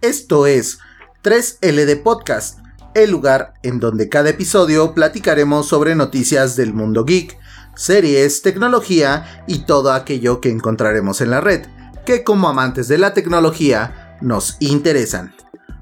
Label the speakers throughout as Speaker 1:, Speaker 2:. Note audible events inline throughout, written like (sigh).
Speaker 1: Esto es 3LD Podcast, el lugar en donde cada episodio platicaremos sobre noticias del mundo geek, series, tecnología y todo aquello que encontraremos en la red, que como amantes de la tecnología nos interesan.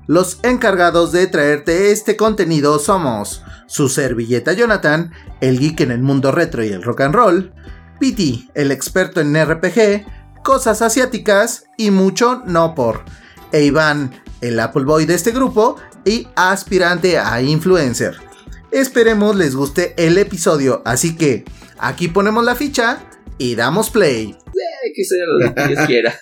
Speaker 1: Los encargados de traerte este contenido somos su servilleta Jonathan, el geek en el mundo retro y el rock and roll, Piti, el experto en RPG, cosas asiáticas y mucho no por. E Iván, el Apple Boy de este grupo y aspirante a influencer. Esperemos les guste el episodio, así que aquí ponemos la ficha y damos play.
Speaker 2: Eh, que sea lo que Dios quiera.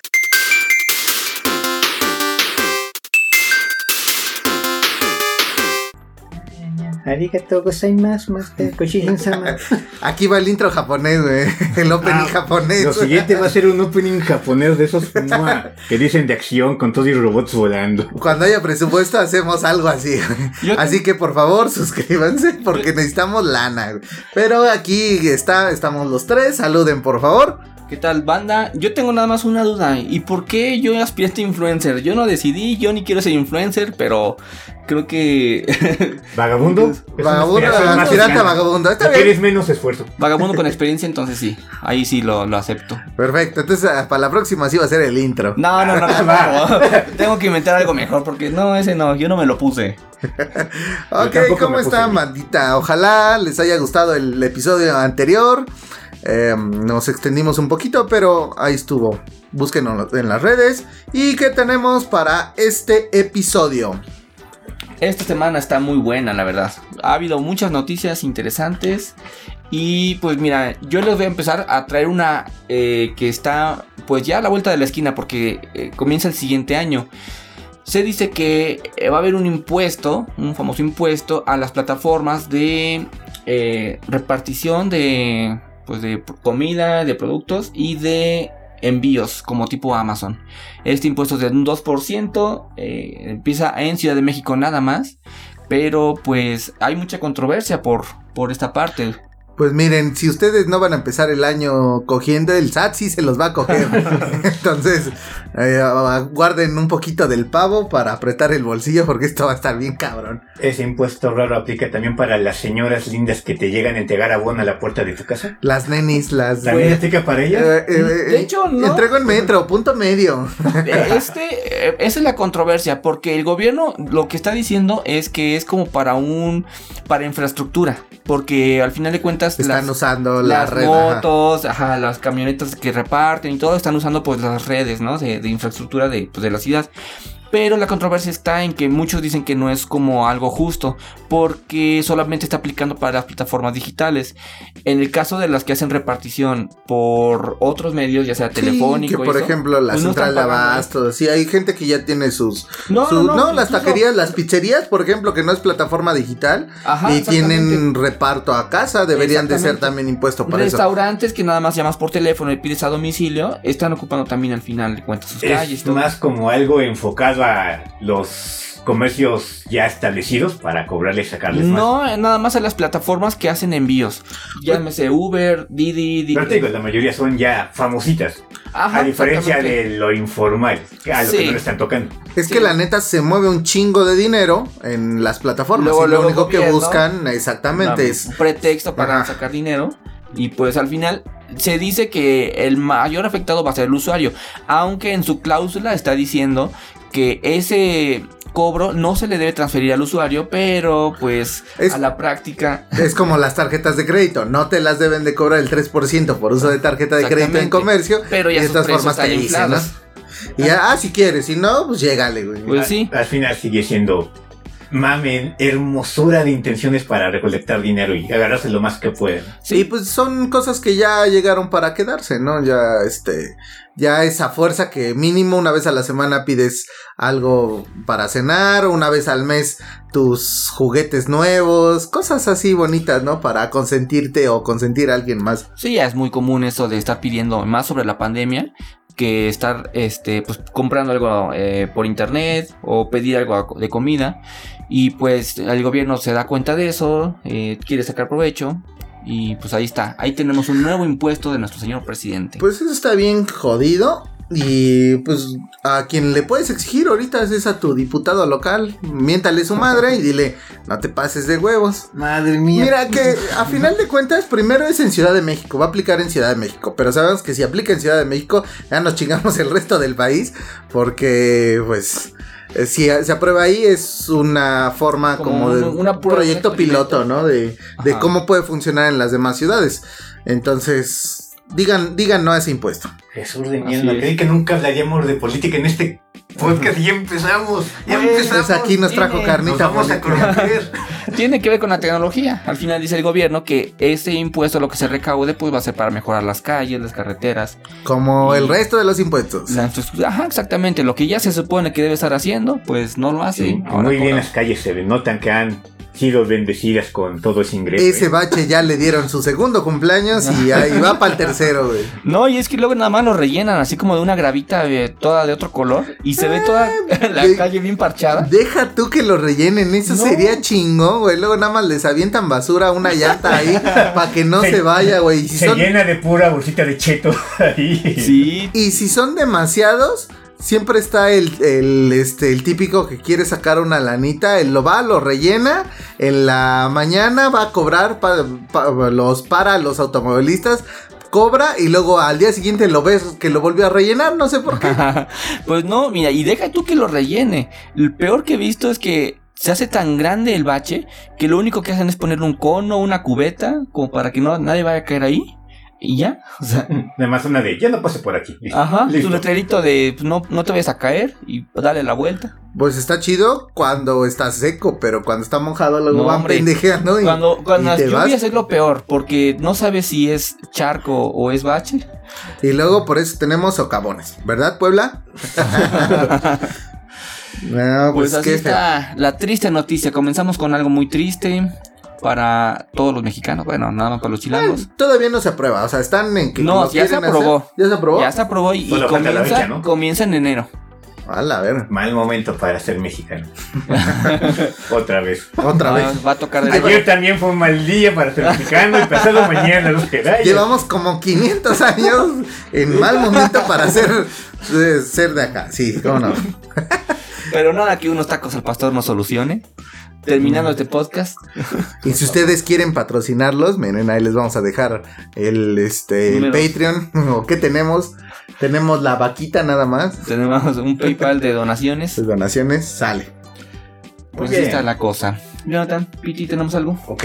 Speaker 3: Arigato gozaimasu, master. Koshishin-sama.
Speaker 1: Aquí va el intro japonés, güey. (laughs) El opening
Speaker 4: Ah,
Speaker 1: japonés.
Speaker 4: Lo siguiente va a ser un opening japonés
Speaker 1: (laughs)
Speaker 4: de esos ¡mua! que dicen de acción con todos y robots volando.
Speaker 1: Cuando haya presupuesto hacemos algo así.
Speaker 4: (laughs)
Speaker 1: güey.
Speaker 5: (laughs) Yo
Speaker 1: Así que por favor suscríbanse porque necesitamos lana. güey. Pero aquí está, estamos los tres. Saluden por favor.
Speaker 5: ¿Qué tal, banda? Yo tengo nada más una duda. ¿Y por qué yo aspiré a este influencer? Yo no decidí, yo ni quiero ser influencer, pero creo que. (laughs)
Speaker 4: Vagabundo. es una
Speaker 1: Vagabundo,
Speaker 4: aspiración más
Speaker 1: aspirante a
Speaker 4: cercana.
Speaker 1: vagabundo. Está bien.
Speaker 4: Requieres menos esfuerzo.
Speaker 5: Vagabundo con experiencia, entonces sí. Ahí sí lo, lo acepto.
Speaker 1: Perfecto. Entonces ah, para la próxima sí va a ser el intro.
Speaker 5: No, no, no, no, no. Tengo que inventar algo mejor porque no, ese no, yo no me lo puse.
Speaker 1: Ok,
Speaker 4: tampoco
Speaker 1: ¿cómo
Speaker 4: me puse
Speaker 1: están,
Speaker 4: bien.
Speaker 1: bandita? Ojalá les haya gustado el episodio anterior. Eh, nos extendimos un poquito, pero ahí estuvo. Búsquenos en las redes. ¿Y qué tenemos para este episodio?
Speaker 5: Esta semana está muy buena, la verdad. Ha habido muchas noticias interesantes. Y pues mira, yo les voy a empezar a traer una eh, que está pues ya a la vuelta de la esquina porque eh, comienza el siguiente año. Se dice que eh, va a haber un impuesto, un famoso impuesto a las plataformas de eh, repartición de, pues de comida, de productos y de envíos como tipo Amazon. Este impuesto es de un 2%, eh, empieza en Ciudad de México nada más, pero pues hay mucha controversia por, por esta parte.
Speaker 1: Pues miren, si ustedes no van a empezar el año cogiendo, el SAT sí se los va a coger. Entonces, eh, guarden un poquito del pavo para apretar el bolsillo porque esto va a estar bien cabrón.
Speaker 4: Ese impuesto raro aplica también para las señoras lindas que te llegan a entregar abono a la puerta de tu casa.
Speaker 1: Las nenis, las...
Speaker 4: ¿También aplica para ellas?
Speaker 1: Eh, eh,
Speaker 5: De hecho, no.
Speaker 1: Entrego en metro, punto medio.
Speaker 5: Este, eh, esa es la controversia, porque el gobierno lo que está diciendo es que es como para un, para infraestructura, porque al final de cuentas
Speaker 1: Están usando la
Speaker 5: las
Speaker 1: red. ajá.
Speaker 5: motos, ajá, las camionetas que reparten y todo están usando pues las redes, ¿no? De, de infraestructura de, pues, de la ciudad. Pero la controversia está en que muchos dicen que no es como algo justo porque solamente está aplicando para las plataformas digitales. En el caso de las que hacen repartición por otros medios, ya sea
Speaker 1: Sí,
Speaker 5: telefónico,
Speaker 1: que por
Speaker 5: eso,
Speaker 1: ejemplo la
Speaker 5: pues, no están
Speaker 1: central de
Speaker 5: pagando.
Speaker 1: abasto, sí, hay gente que ya tiene sus...
Speaker 5: no,
Speaker 1: sus- no, las
Speaker 5: incluso-
Speaker 1: taquerías, las pizzerías, por ejemplo, que no es plataforma digital
Speaker 5: Ajá,
Speaker 1: y
Speaker 5: exactamente.
Speaker 1: tienen reparto a casa, deberían de ser
Speaker 5: Exactamente.
Speaker 1: también impuesto para eso.
Speaker 5: Restaurantes que nada más llamas por teléfono y pides a domicilio, están ocupando también al final de cuentas sus calles.
Speaker 4: Es
Speaker 5: todo.
Speaker 4: más como algo enfocado a los comercios ya establecidos para cobrarles y sacarles más.
Speaker 5: No, eh, nada más a las plataformas que hacen envíos. Llámese Uber, Didi, Didi.
Speaker 4: Pero te digo, la mayoría son ya famositas,
Speaker 5: Ajá,
Speaker 4: a diferencia
Speaker 5: exactamente.
Speaker 4: de lo informal, que a lo
Speaker 5: Sí.
Speaker 4: que no le están tocando.
Speaker 1: Es
Speaker 5: Sí.
Speaker 1: que la neta se mueve un chingo de dinero en las plataformas.
Speaker 5: Luego,
Speaker 1: y lo
Speaker 5: luego
Speaker 1: único que
Speaker 5: gobierno.
Speaker 1: buscan exactamente es
Speaker 5: Un pretexto para
Speaker 1: Ajá.
Speaker 5: sacar dinero. Y pues al final se dice que el mayor afectado va a ser el usuario. Aunque en su cláusula está diciendo que ese cobro no se le debe transferir al usuario, pero pues
Speaker 1: Es-
Speaker 5: a la práctica
Speaker 1: es como las tarjetas de crédito, no te las deben de cobrar el 3% por uso de tarjeta de crédito en
Speaker 5: Exactamente.
Speaker 1: comercio
Speaker 5: Pero
Speaker 1: y
Speaker 5: ya
Speaker 1: de
Speaker 5: sus
Speaker 1: todas
Speaker 5: precios
Speaker 1: formas te
Speaker 5: están
Speaker 1: dicen, ¿no?
Speaker 5: inflados.
Speaker 1: Y ya, ah, si quieres, si no, pues llégale, güey.
Speaker 5: Pues
Speaker 4: A-
Speaker 5: sí.
Speaker 4: Al final sigue siendo mamen, hermosura de intenciones para recolectar dinero y agarrarse lo más que pueden.
Speaker 1: Y pues son cosas que ya llegaron para quedarse, ¿no? Ya este ya esa fuerza que mínimo una vez a la semana pides algo para cenar, una vez al mes tus juguetes nuevos, cosas así bonitas, ¿no? Para consentirte o consentir a alguien más.
Speaker 5: Sí, ya es muy común eso de estar pidiendo más sobre la pandemia que estar este pues comprando algo eh, por internet o pedir algo de comida y pues el gobierno se da cuenta de eso eh, quiere sacar provecho y pues ahí está ahí tenemos un nuevo impuesto de nuestro señor presidente
Speaker 1: Pues eso está bien jodido. Y pues a quien le puedes exigir ahorita es a tu diputado local. Miéntale su madre y dile, no te pases de huevos.
Speaker 3: Madre mía.
Speaker 1: Mira que a final de cuentas, primero es en Ciudad de México, va a aplicar en Ciudad de México, pero sabemos que si aplica en Ciudad de México, ya nos chingamos el resto del país, porque pues eh, si a- se aprueba ahí es una forma
Speaker 5: Como
Speaker 1: como, de
Speaker 5: un- una prueba,
Speaker 1: proyecto
Speaker 5: un
Speaker 1: piloto, ¿no? De, de
Speaker 5: Ajá.
Speaker 1: cómo puede funcionar en las demás ciudades. Entonces, digan, digan no a ese impuesto.
Speaker 4: Jesús de
Speaker 5: Así
Speaker 4: mi alma,
Speaker 5: es.
Speaker 4: creí que nunca hablaríamos de política en este podcast y ya empezamos. Ya
Speaker 5: Bueno,
Speaker 4: empezamos.
Speaker 1: Pues aquí nos trajo
Speaker 5: tiene-
Speaker 4: Nos
Speaker 1: carnita.
Speaker 4: vamos a
Speaker 1: bonita.
Speaker 5: (laughs)
Speaker 4: corromper.
Speaker 5: Tiene que ver con la tecnología. Al final dice el gobierno que ese impuesto, lo que se recaude, pues va a ser para mejorar las calles, las carreteras,
Speaker 1: Como el
Speaker 5: Y-
Speaker 1: resto de los
Speaker 4: Pues
Speaker 1: impuestos.
Speaker 5: la infraestructura. Ajá, exactamente. Lo que ya se supone que debe estar haciendo, pues no lo hace.
Speaker 4: Sí,
Speaker 5: Ahora
Speaker 4: muy bien,
Speaker 5: cobra.
Speaker 4: las calles se notan que han sido bendecidas con todo ese ingreso.
Speaker 1: Ese
Speaker 4: ¿eh?
Speaker 1: bache ya le dieron su segundo cumpleaños y ahí va para el tercero, güey.
Speaker 5: No, y es que luego nada más lo rellenan así como de una gravita eh, toda de otro color y se
Speaker 1: Ah,
Speaker 5: ve toda (laughs) la
Speaker 1: de-
Speaker 5: calle bien parchada.
Speaker 1: Deja tú que lo rellenen, eso
Speaker 5: No.
Speaker 1: sería chingón, güey. Luego nada más les avientan basura a una llanta
Speaker 5: (laughs)
Speaker 1: ahí para que no
Speaker 4: Se-
Speaker 1: se vaya, güey. Y si
Speaker 4: Se
Speaker 1: son,
Speaker 4: llena de pura bolsita de cheto (laughs) ahí.
Speaker 5: Sí, (laughs)
Speaker 1: y si son demasiados, siempre está el, el, este, el típico que quiere sacar una lanita, él lo va, lo rellena, en la mañana va a cobrar pa- pa- los para los automovilistas, cobra y luego al día siguiente lo ves que lo volvió a rellenar, no sé por
Speaker 5: (laughs)
Speaker 1: qué.
Speaker 5: pues no, mira, y deja tú que lo rellene. El peor que he visto es que se hace tan grande el bache que lo único que hacen es ponerle un cono, una cubeta, como para que no, nadie vaya a caer ahí. Y ya, (laughs) o sea,
Speaker 4: Nada más una de, ya no pasé por aquí. Listo.
Speaker 5: ajá, tu
Speaker 4: Listo.
Speaker 5: letrerito de pues, no, no te vayas a caer y dale la vuelta.
Speaker 1: Pues está chido cuando está seco, pero cuando está mojado luego
Speaker 5: No,
Speaker 1: van
Speaker 5: hombre.
Speaker 1: pendejeando y
Speaker 5: Cuando, cuando
Speaker 1: y
Speaker 5: las
Speaker 1: te vas.
Speaker 5: lluvias es lo peor, porque no sabes si es charco o es bache.
Speaker 1: Y luego por eso tenemos socavones, ¿verdad,
Speaker 5: (laughs)
Speaker 1: Puebla? no, pues,
Speaker 5: Pues así
Speaker 1: qué feo.
Speaker 5: está la triste noticia. Comenzamos con algo muy triste para todos los mexicanos. Bueno, nada más para los chilangos.
Speaker 1: Todavía no se aprueba, o sea, están en que
Speaker 5: No,
Speaker 1: lo
Speaker 5: ya se
Speaker 1: quieren
Speaker 5: aprobó.
Speaker 1: hacer. Ya se aprobó.
Speaker 5: Ya se aprobó y, y
Speaker 4: Solo falta la
Speaker 5: comienza,
Speaker 4: fecha, ¿no?
Speaker 5: comienza en enero.
Speaker 1: A la ver,
Speaker 4: Mal momento para
Speaker 5: (laughs)
Speaker 4: ser mexicano. Otra vez.
Speaker 1: otra
Speaker 5: Ah,
Speaker 1: vez.
Speaker 5: Va a tocar de
Speaker 4: Ayer también fue un mal día para ser mexicano y (laughs) pasado mañana los que
Speaker 5: Ah.
Speaker 4: ay,
Speaker 1: Llevamos como 500 años en mal momento para ser, eh, ser de acá. Sí, cómo no.
Speaker 5: Pero nada que unos tacos al pastor no solucione. Terminando este podcast,
Speaker 1: Y si ustedes quieren patrocinarlos, miren, ahí les vamos a dejar el, este, el
Speaker 5: Números.
Speaker 1: Patreon. (laughs) ¿O qué tenemos? Tenemos la vaquita nada más.
Speaker 5: tenemos un PayPal de donaciones.
Speaker 1: Sus donaciones, sale.
Speaker 4: Muy
Speaker 5: Pues así
Speaker 4: bien.
Speaker 5: está la cosa. Jonathan, Piti, ¿tenemos algo?
Speaker 4: Ok,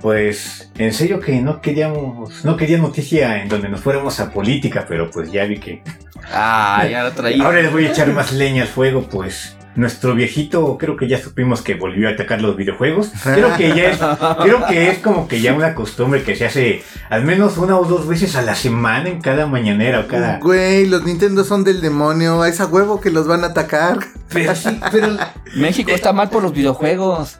Speaker 4: pues en serio que no queríamos, no quería noticia en donde nos fuéramos a política, pero pues ya vi que.
Speaker 5: Ah, ya lo
Speaker 4: (laughs)
Speaker 5: traí.
Speaker 4: Ahora le voy a echar más leña al fuego, pues nuestro viejito, creo que ya supimos que volvió a atacar los videojuegos. Creo que ya es, creo que es como que ya una costumbre que se hace al menos una o dos veces a la semana en cada mañanera o cada.
Speaker 1: Uh, Güey, los Nintendo son del demonio. Es a huevo que los van a atacar.
Speaker 4: Pero sí, pero
Speaker 5: México está mal por los videojuegos.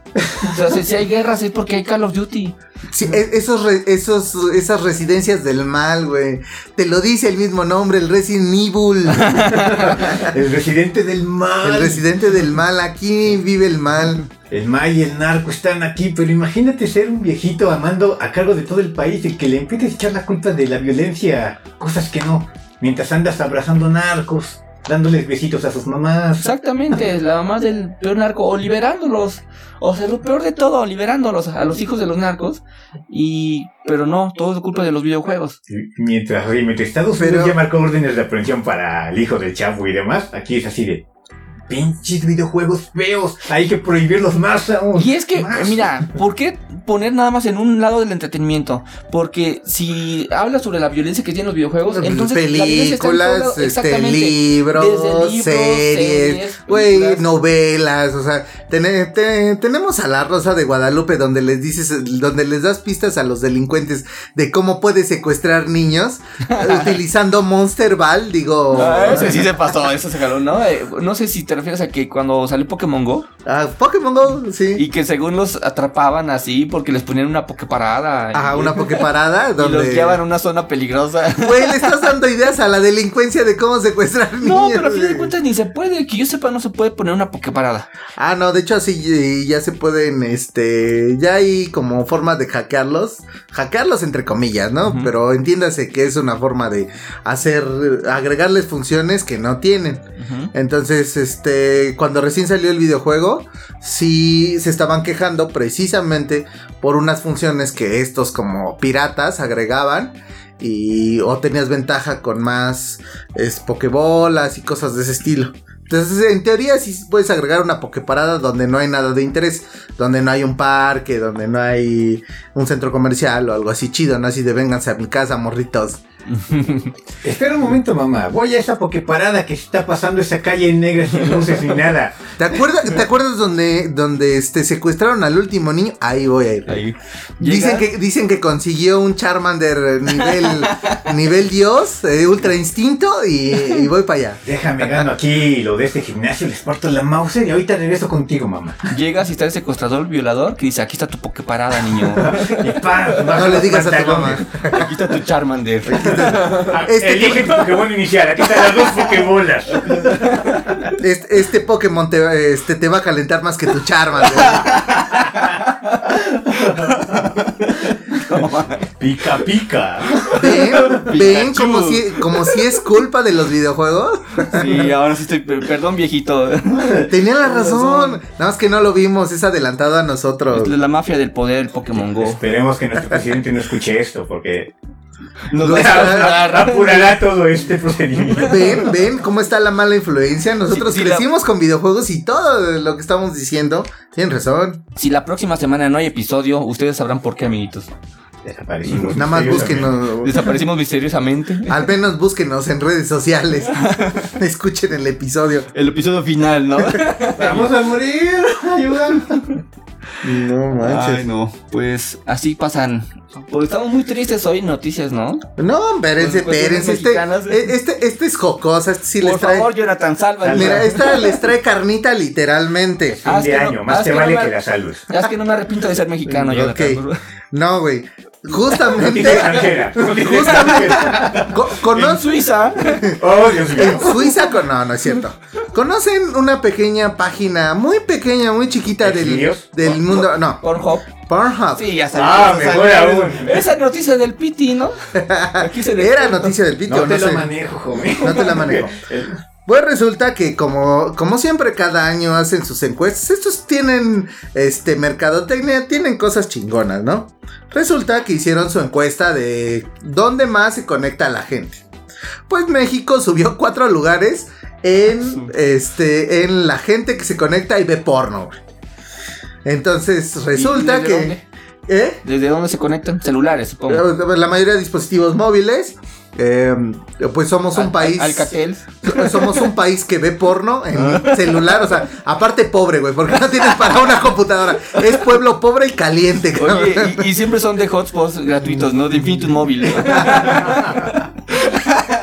Speaker 5: O sea, si- si hay guerras es porque hay Call of Duty.
Speaker 1: Sí, e- esos, re- esos, esas residencias del mal, güey. Te lo dice el mismo nombre, el Resident Evil.
Speaker 4: el residente del mal.
Speaker 1: El residente del mal. Aquí vive el mal.
Speaker 4: El mal y el narco están aquí, pero imagínate ser un viejito amando a cargo de todo el país y que le empieces a echar la culpa de la violencia, cosas que no, mientras andas abrazando narcos, dándoles besitos a sus mamás.
Speaker 5: Exactamente, la mamá del peor narco, o liberándolos, o sea, lo peor de todo, liberándolos a los hijos de los narcos, y pero no, todo es culpa de los videojuegos.
Speaker 4: Y Mientras, oye, mientras Estados
Speaker 1: Pero-
Speaker 4: Unidos ya marcó órdenes de aprehensión para el hijo del chavo y demás, aquí es así de pinches videojuegos feos, hay que prohibirlos más aún.
Speaker 5: Y es que,
Speaker 4: más".
Speaker 5: mira, ¿por qué poner nada más en un lado del entretenimiento? Porque si hablas sobre la violencia que tienen los videojuegos, entonces la violencia está en todo lado.
Speaker 1: películas, este,
Speaker 5: Exactamente.
Speaker 1: libros,
Speaker 5: Desde libros,
Speaker 1: series,
Speaker 5: series,
Speaker 1: güey,
Speaker 5: películas.
Speaker 1: novelas, o sea, tene- te- tenemos a la Rosa de Guadalupe donde les dices, donde les das pistas a los delincuentes de cómo puedes secuestrar
Speaker 5: (laughs)
Speaker 1: niños utilizando Monster Ball, digo,
Speaker 5: Ah, No, ese sí se pasó, eso se jaló, ¿no? Eh, no sé si te refieres a que cuando salió Pokémon Go
Speaker 1: Ah, Pokémon Go, sí.
Speaker 5: y que según los atrapaban así porque les ponían una Poképarada y-
Speaker 1: Ajá, una Poképarada
Speaker 5: (laughs) y los
Speaker 1: donde...
Speaker 5: llevaban a una zona peligrosa.
Speaker 1: Güey, le estás dando ideas a la delincuencia de cómo secuestrar niños.
Speaker 5: (laughs) No, pero a fin de
Speaker 1: güey.
Speaker 5: cuentas ni se puede, que yo sepa, no se puede poner una Poképarada.
Speaker 1: Ah, no, de hecho así eh, ya se pueden, este, ya hay como formas de hackearlos, hackearlos entre comillas, ¿no?
Speaker 5: Ujú.
Speaker 1: Pero entiéndase que es una forma de hacer, eh, agregarles funciones que no tienen. Entonces, este, cuando recién salió el videojuego, sí se estaban quejando precisamente por unas funciones que estos como piratas agregaban y o tenías ventaja con más es, pokebolas y cosas de ese estilo. Entonces, en teoría sí puedes agregar una pokeparada donde no hay nada de interés, donde no hay un parque, donde no hay un centro comercial o algo así chido, no así de vénganse a mi casa, morritos.
Speaker 5: Ujú.
Speaker 4: Espera un momento, mamá. Voy a esa pokeparada que está pasando esa calle negra sin luces ni nada.
Speaker 1: ¿Te acuerdas, ¿te acuerdas donde, donde este, secuestraron al último niño? Ahí voy a ir.
Speaker 5: (laughs) Ahí.
Speaker 1: Dicen
Speaker 5: Llega-
Speaker 1: que, dicen que consiguió un Charmander
Speaker 5: (laughs)
Speaker 1: nivel, nivel Dios, eh, Ultra Instinto, y, y voy para allá.
Speaker 4: Déjame gano aquí lo de este gimnasio, les parto la mouse y ahorita regreso contigo, mamá.
Speaker 5: Llegas y está el secuestrador violador que dice, aquí está tu Poképarada, niño.
Speaker 4: Y pa,
Speaker 1: No le digas a tu mamá.
Speaker 5: Aquí está tu Charmander. (laughs)
Speaker 1: Este
Speaker 4: Este Elige tu Pokémon inicial, aquí están las dos Pokébolas.
Speaker 1: Este, este Pokémon te, este, te va a calentar más que tu
Speaker 5: (laughs)
Speaker 1: Charmander.
Speaker 4: Pica, pica.
Speaker 1: ¿Ven? ¿Ven
Speaker 5: Pikachu.
Speaker 1: como si, como si es culpa de los videojuegos?
Speaker 5: Sí, ahora sí estoy. per- Perdón, viejito. Es
Speaker 1: Tenía la razón. Nada más que no lo vimos, es adelantado a nosotros.
Speaker 5: la mafia del poder del Pokémon Go.
Speaker 4: Esperemos que nuestro presidente no escuche esto, porque
Speaker 5: Nos
Speaker 1: Lo
Speaker 5: va a
Speaker 1: está-
Speaker 5: explotar.
Speaker 4: apurará todo este procedimiento.
Speaker 1: ¿Ven? ¿Ven cómo está la mala influencia? Nosotros
Speaker 5: Sí, sí, la-
Speaker 1: crecimos con videojuegos y todo lo que estamos diciendo. Tienen razón.
Speaker 5: Si la próxima semana no hay episodio, ustedes sabrán por qué, amiguitos.
Speaker 4: Desaparecimos.
Speaker 1: Nada más
Speaker 4: misteriosamente.
Speaker 1: búsquenos.
Speaker 5: Desaparecimos misteriosamente.
Speaker 1: Al menos búsquenos en redes sociales. (laughs) Escuchen el episodio.
Speaker 5: El episodio final, ¿no?
Speaker 4: Vamos a morir. Ayudan.
Speaker 1: No
Speaker 5: Ay, no. Pues así pasan. Pues estamos muy tristes hoy, noticias, ¿no?
Speaker 1: No, espérense,
Speaker 5: Pues, cuestiones
Speaker 1: espérense. Este,
Speaker 5: mexicanas.
Speaker 1: e- este, este es jocosa. Este sí
Speaker 5: Por
Speaker 1: les trae.
Speaker 5: favor, Jonathan, salva.
Speaker 1: Mira, esta les trae carnita literalmente.
Speaker 5: Ah,
Speaker 4: Fin
Speaker 5: es
Speaker 4: de
Speaker 5: que no-
Speaker 4: año,
Speaker 5: ah,
Speaker 4: más
Speaker 5: es
Speaker 4: te
Speaker 5: que
Speaker 4: vale
Speaker 5: no me-
Speaker 4: que la salud.
Speaker 5: Es que no me arrepiento de ser mexicano,
Speaker 1: Ok.
Speaker 5: Jonathan.
Speaker 1: No,
Speaker 5: (laughs)
Speaker 1: güey. Justamente. (laughs)
Speaker 4: extranjera.
Speaker 1: Justamente. co-
Speaker 5: En
Speaker 1: conoz-
Speaker 5: Suiza.
Speaker 4: Oh, Dios
Speaker 1: En
Speaker 4: mío.
Speaker 1: Suiza, con- no, no es cierto. Conocen una pequeña página, muy pequeña, muy chiquita
Speaker 4: ¿De
Speaker 1: del,
Speaker 4: videos?
Speaker 1: del mundo. No,
Speaker 5: Pornhub.
Speaker 1: Pornhub.
Speaker 5: Sí, ya sabes.
Speaker 4: Ah,
Speaker 5: ya
Speaker 4: mejor
Speaker 5: sabes.
Speaker 4: aún.
Speaker 5: Esa noticia del Piti, ¿no? Aquí se
Speaker 1: Era noticia del pito,
Speaker 4: No
Speaker 1: no,
Speaker 4: te lo
Speaker 1: sé.
Speaker 4: manejo, joven.
Speaker 1: No te la
Speaker 4: (laughs)
Speaker 1: manejo. Pues resulta que como, como siempre cada año hacen sus encuestas, estos tienen este mercadotecnia, tienen cosas chingonas, ¿no? Resulta que hicieron su encuesta de dónde más se conecta la gente. Pues México subió (laughs) cuatro lugares en este en la gente que se conecta y ve porno. güey. Entonces
Speaker 5: ¿Y
Speaker 1: resulta
Speaker 5: desde
Speaker 1: que
Speaker 5: dónde?
Speaker 1: ¿eh?
Speaker 5: ¿Desde dónde se conectan? Celulares, supongo.
Speaker 1: Eh, la mayoría de dispositivos móviles eh, pues somos un
Speaker 5: Al-
Speaker 1: país
Speaker 5: Al- Alcatel.
Speaker 1: (laughs) somos un país que ve porno en celular, o sea, aparte pobre, güey, porque no tienes para una computadora. Es pueblo pobre y caliente, cabrón.
Speaker 5: Oye, y, y siempre son de hotspots gratuitos, ¿no? De Infinitum Móvil.
Speaker 1: (laughs)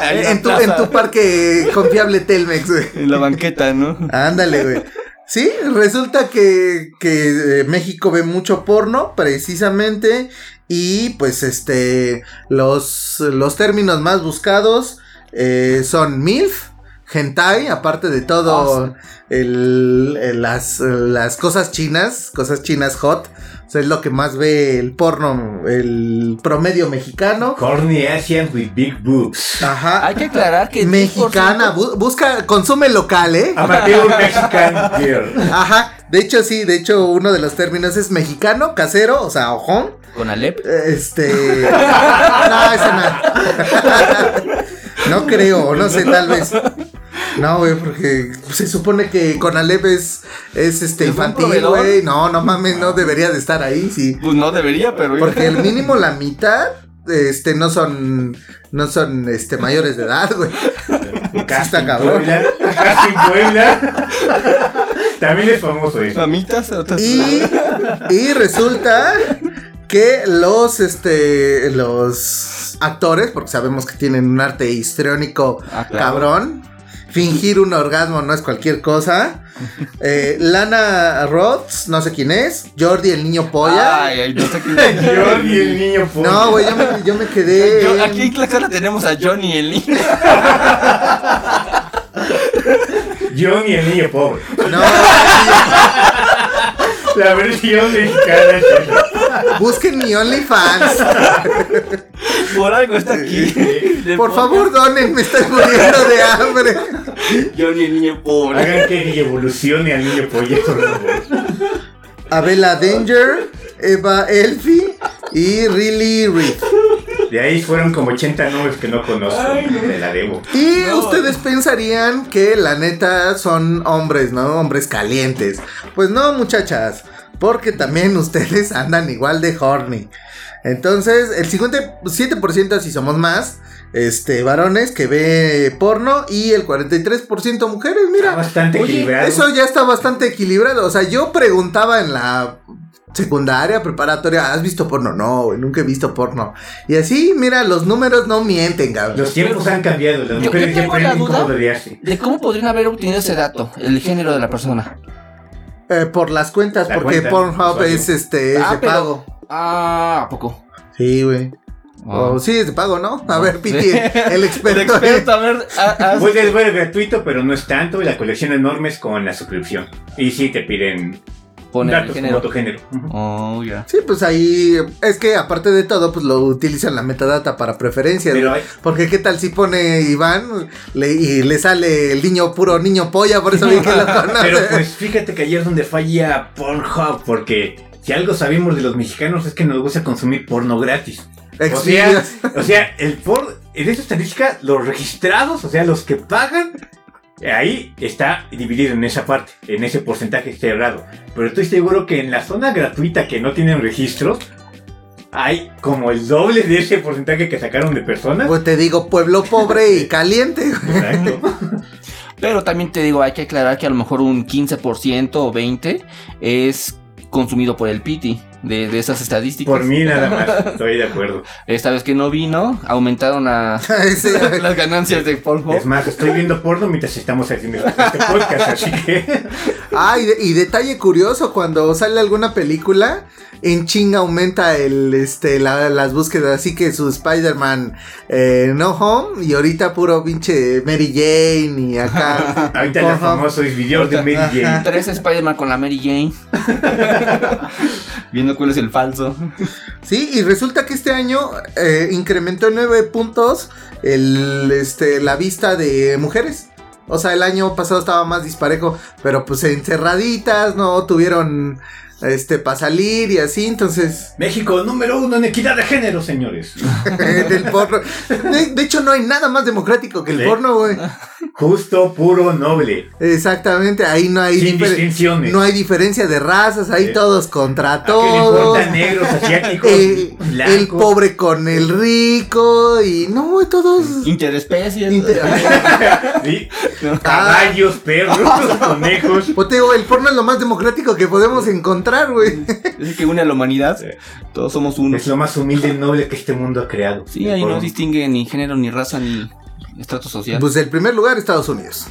Speaker 5: Ahí
Speaker 1: en, tu, en tu parque confiable Telmex, güey.
Speaker 5: en la banqueta, ¿no?
Speaker 1: Ándale, güey. Sí, resulta que, que eh, México ve mucho porno, precisamente, y pues este, los, los términos más buscados eh, son MILF, Hentai, aparte de todo el- el- las, las cosas chinas, cosas chinas hot, o sea, es lo que más ve el porno, el promedio mexicano.
Speaker 4: Corny Asian with big boobs.
Speaker 1: Ajá,
Speaker 5: Hay que aclarar que. el
Speaker 1: mexicana,
Speaker 5: 10%,
Speaker 1: bu- busca, consume local, ¿eh?
Speaker 4: Amateur
Speaker 1: (laughs)
Speaker 4: Mexican Girl.
Speaker 1: Ajá, de hecho sí, de hecho uno de los términos es mexicano, casero, o sea, ojón.
Speaker 5: Con Alep.
Speaker 1: Este. No, ese no. No creo, no sé, tal vez. No, güey, porque se supone que Conalep es, es este
Speaker 5: ¿Es un
Speaker 1: infantil,
Speaker 5: proveedor?
Speaker 1: güey. No, no mames, no debería de estar ahí, sí.
Speaker 5: Pues no debería, pero.
Speaker 1: Porque el mínimo la mitad, este, no son, no son, este, mayores de edad, güey. está cabrón.
Speaker 4: Puebla. Casting Puebla. También es famoso eh. eso.
Speaker 5: Mamitas. otras- (laughs)
Speaker 1: Y, y resulta que los este los actores, porque sabemos que tienen un arte histriónico
Speaker 5: Ah, claro.
Speaker 1: cabrón, Fingir un orgasmo no es cualquier cosa. Eh, Lana Rhodes, no sé quién es. Jordi, el niño polla.
Speaker 5: Ay, ay, no sé quién (laughs)
Speaker 4: Jordi, el niño polla.
Speaker 1: no, güey, yo me, yo me quedé.
Speaker 5: Yo- aquí en Tlaxcala tenemos a Johnny el niño.
Speaker 4: Johnny, el niño pobre.
Speaker 1: No,
Speaker 4: La versión mexicana. chino.
Speaker 1: busquen mi OnlyFans.
Speaker 5: (laughs) Por algo está aquí. De
Speaker 1: Por
Speaker 5: po-
Speaker 1: favor, donen, me estoy muriendo de hambre.
Speaker 5: Johnny el niño pobre.
Speaker 4: Hagan que evolucione al niño polla, por favor.
Speaker 1: Abela Danger, Eva Elfi y Really Reed.
Speaker 4: De ahí fueron como 80 nombres que no conozco. Te la debo.
Speaker 1: Y
Speaker 5: No.
Speaker 1: ustedes pensarían que la neta son hombres, ¿no? Hombres calientes. Pues no, muchachas. Porque también ustedes andan igual de horny. Entonces, el 57% si somos más, este, varones que ve porno y el 43% mujeres,
Speaker 4: Está
Speaker 1: mira.
Speaker 4: bastante equilibrado.
Speaker 1: Eso ya está bastante equilibrado. O sea, yo preguntaba en la secundaria, preparatoria, ¿has visto porno? No, güey, nunca he visto porno. Y así, mira, los números no mienten, cabrón.
Speaker 4: Los tiempos han cambiado. Las
Speaker 5: Yo-
Speaker 4: mujeres
Speaker 5: yo
Speaker 4: ya
Speaker 5: tengo la
Speaker 4: aprenden cómo
Speaker 5: duda.
Speaker 4: rodearse.
Speaker 5: ¿De cómo podrían haber obtenido ese dato? El género de la persona.
Speaker 1: Eh, por las cuentas,
Speaker 4: La
Speaker 1: porque
Speaker 4: cuenta,
Speaker 1: Pornhub
Speaker 4: usuario.
Speaker 1: es este es
Speaker 5: Ah,
Speaker 1: de
Speaker 5: pero-
Speaker 1: pago.
Speaker 5: Ah, ¿a poco?
Speaker 1: Sí, güey.
Speaker 5: (laughs) Ah.
Speaker 1: O sí, es de pago, ¿no? A
Speaker 5: No.
Speaker 1: ver, Piti, el
Speaker 5: (laughs) El
Speaker 1: experto.
Speaker 5: experto, a ver. a- a-
Speaker 4: Pues es bueno, gratuito, pero no es tanto. y La colección enorme es con la suscripción. Y sí te piden
Speaker 5: poner el
Speaker 4: datos como
Speaker 5: género.
Speaker 4: tu género. Ujú.
Speaker 5: Oh, ya.
Speaker 1: Sí, pues ahí es que aparte de todo, pues lo utilizan la metadata para preferencias.
Speaker 4: Pero
Speaker 1: güey.
Speaker 4: hay-
Speaker 1: Porque qué tal si pone Iván le- y le sale el niño puro niño polla, por eso vi
Speaker 4: (laughs)
Speaker 1: que lo conoce.
Speaker 4: Pero pues fíjate que ayer es donde falla Pornhub, porque si algo sabemos de los mexicanos es que nos gusta consumir porno gratis. O sea,
Speaker 1: Exvideos.
Speaker 4: o sea, el por, en esa estadística, los registrados, o sea, los que pagan, ahí está dividido en esa parte, en ese porcentaje cerrado. Pero estoy seguro que en la zona gratuita que no tienen registros, hay como el doble de ese porcentaje que sacaron de personas.
Speaker 1: Pues te digo, pueblo pobre y caliente. (laughs) güey.
Speaker 4: Exacto.
Speaker 5: (laughs) Pero también te digo, hay que aclarar que a lo mejor un 15% o 20% es consumido por el Piti de, de esas estadísticas.
Speaker 4: Por mí nada más, estoy de acuerdo.
Speaker 5: Esta vez que no vino, aumentaron a (laughs)
Speaker 1: Sí, güey.
Speaker 5: las ganancias de Polvo.
Speaker 4: Es más, estoy viendo porno mientras estamos haciendo este podcast, así que...
Speaker 1: (laughs) Ah, y, de- y detalle curioso, cuando sale alguna película, en chinga aumenta el, este, la- las búsquedas, así que su Spider-Man eh, No Home y ahorita puro pinche Mary Jane y
Speaker 4: (laughs)
Speaker 1: acá.
Speaker 4: Ahorita los
Speaker 1: Pornhub.
Speaker 4: famosos videos de Mary Jane.
Speaker 5: Tres Spider-Man con la Mary Jane. (laughs) Viendo cuál es el falso.
Speaker 1: Sí, y resulta que este año eh, incrementó en 9 puntos el, este, la vista de mujeres. O sea, el año pasado estaba más disparejo, pero pues encerraditas, no tuvieron este para salir y así, entonces (laughs)
Speaker 4: México número uno en equidad de género, señores.
Speaker 1: del porno. De, de hecho, no hay nada más democrático que el
Speaker 4: Sí.
Speaker 1: porno, güey.
Speaker 4: Justo, puro, noble.
Speaker 1: Exactamente, ahí no hay,
Speaker 4: sin
Speaker 1: difer-
Speaker 4: distinciones.
Speaker 1: no hay diferencia de razas, ahí
Speaker 4: Sí.
Speaker 1: todos contra
Speaker 4: ¿A Ah, qué le
Speaker 1: todos.
Speaker 4: importan negros,
Speaker 1: (laughs)
Speaker 4: asiáticos,
Speaker 1: El,
Speaker 4: blancos?
Speaker 1: el pobre con el rico y no, güey, todos.
Speaker 5: Interespecies.
Speaker 1: Inter-
Speaker 4: Sí. Caballos,
Speaker 1: (laughs)
Speaker 4: perros, (laughs) conejos.
Speaker 1: Pues te digo, el porno es lo más democrático que podemos encontrar, güey.
Speaker 5: es el que une a la humanidad. Todos somos uno.
Speaker 4: Es lo más humilde y noble que este mundo ha creado.
Speaker 5: Sí, ahí
Speaker 4: Por-
Speaker 5: no distingue ni género, ni raza, ni estrato social.
Speaker 1: Pues el primer lugar, Estados Unidos.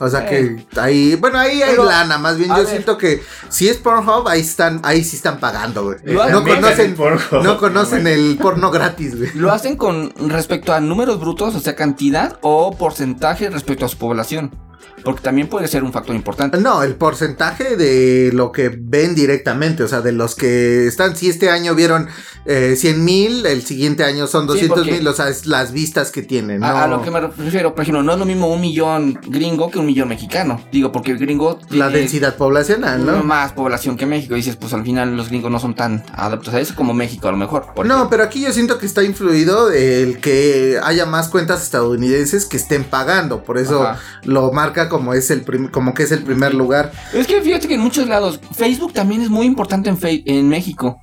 Speaker 1: O sea
Speaker 5: Eh.
Speaker 1: que ahí, bueno, ahí hay
Speaker 5: Pero,
Speaker 1: lana, más bien
Speaker 5: a
Speaker 1: yo
Speaker 5: ver.
Speaker 1: siento que si es Pornhub, ahí están, ahí sí están pagando, güey.
Speaker 5: Lo
Speaker 1: No
Speaker 4: Megan
Speaker 1: conocen,
Speaker 4: y Porco.
Speaker 1: No conocen el porno gratis, güey.
Speaker 5: ¿Lo hacen con respecto a números brutos, o sea, cantidad o porcentaje respecto a su población? Porque también puede ser un factor importante.
Speaker 1: No, el porcentaje de lo que ven directamente, o sea, de los que están, si este año vieron eh, 100 mil, el siguiente año son
Speaker 5: Sí,
Speaker 1: 200
Speaker 5: porque-
Speaker 1: mil, o sea, es las vistas que tienen.
Speaker 5: A, a
Speaker 1: no-
Speaker 5: lo que me refiero, por ejemplo, no es lo mismo un millón gringo que un millón mexicano. Digo, porque el gringo
Speaker 1: La
Speaker 5: tiene
Speaker 1: densidad poblacional, ¿no?
Speaker 5: más población que México. Y dices, pues al final los gringos no son tan adaptos a eso como México, a lo mejor. por
Speaker 1: No,
Speaker 5: ejemplo.
Speaker 1: pero aquí yo siento que está influido el que haya más cuentas estadounidenses que estén pagando, por pues, eso
Speaker 5: Ajá.
Speaker 1: lo marca como es el prim- como que es el primer lugar.
Speaker 5: Es que fíjate que en muchos lados, Facebook también es muy importante en, Fe- en México.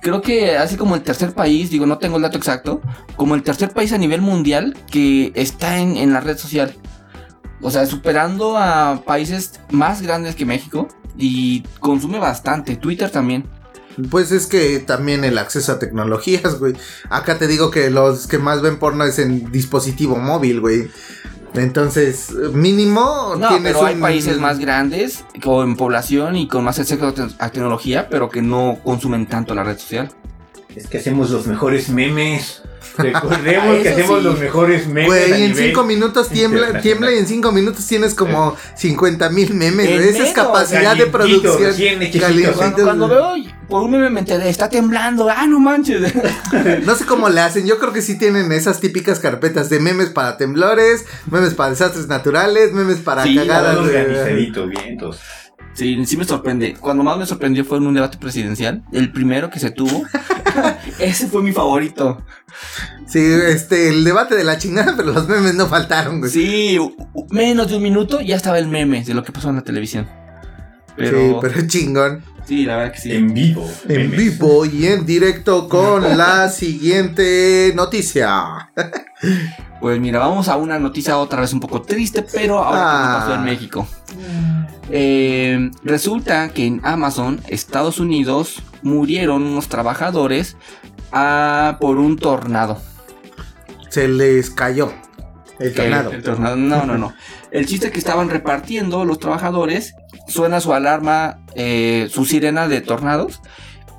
Speaker 5: Creo que así como el tercer país, digo, no tengo el dato exacto, como el tercer país a nivel mundial que está en, en la red social. O sea, superando a países más grandes que México y consume bastante. Twitter también.
Speaker 1: Pues es que también el acceso a tecnologías, güey. Acá te digo que los que más ven porno es en dispositivo móvil, güey. Entonces, mínimo
Speaker 5: No,
Speaker 1: tienes
Speaker 5: pero hay
Speaker 1: un-
Speaker 5: países más grandes o en población y con más acceso a te- a tecnología, pero que no consumen tanto la red social.
Speaker 4: Es que hacemos los mejores memes.
Speaker 1: (laughs)
Speaker 4: Recordemos que
Speaker 5: Eso
Speaker 4: hacemos
Speaker 5: sí.
Speaker 4: los mejores memes. a
Speaker 1: Güey, en
Speaker 4: nivel-
Speaker 1: cinco
Speaker 5: (laughs)
Speaker 1: minutos tiembla, tiembla y en cinco minutos tienes como 50 mil memes.
Speaker 5: En
Speaker 1: güey. Esa es
Speaker 5: menos,
Speaker 1: capacidad de
Speaker 4: calientitos,
Speaker 1: producción.
Speaker 4: recién hechitos.
Speaker 1: Calientitos.
Speaker 5: Cuando, cuando veo, y por un meme me enteré, está temblando, ah, no manches. (laughs)
Speaker 1: No sé cómo le hacen. Yo creo que sí tienen esas típicas carpetas de memes para temblores, memes para desastres naturales, memes para
Speaker 5: Sí,
Speaker 1: cagadas.
Speaker 4: Todo
Speaker 1: de-
Speaker 4: organizadito, bien, entonces.
Speaker 5: Sí, sí me sorprende. Cuando más me sorprendió fue en un debate presidencial, el primero que
Speaker 1: (laughs)
Speaker 5: se tuvo. Ese fue mi favorito.
Speaker 1: Sí, este, el debate de la chingada, (laughs) pero los memes no faltaron, güey.
Speaker 5: Sí, u- u- menos de un minuto ya estaba el meme de lo que pasó en la televisión. Pero sí,
Speaker 1: Sí, pero chingón.
Speaker 5: la verdad que sí.
Speaker 4: En vivo.
Speaker 1: En
Speaker 4: memes.
Speaker 1: vivo y en directo con la siguiente noticia.
Speaker 5: Pues mira, vamos a una noticia otra vez un poco triste, pero ahora que
Speaker 1: Ah.
Speaker 5: nos pasó en México.
Speaker 4: Mm.
Speaker 5: Eh, resulta que en Amazon, Estados Unidos, murieron unos trabajadores ah, por un tornado.
Speaker 1: Se les cayó el
Speaker 5: Que-
Speaker 1: tornado.
Speaker 5: el tornado. No, no, no. El chiste es que estaban repartiendo los trabajadores, suena su alarma, eh, su sirena de tornados.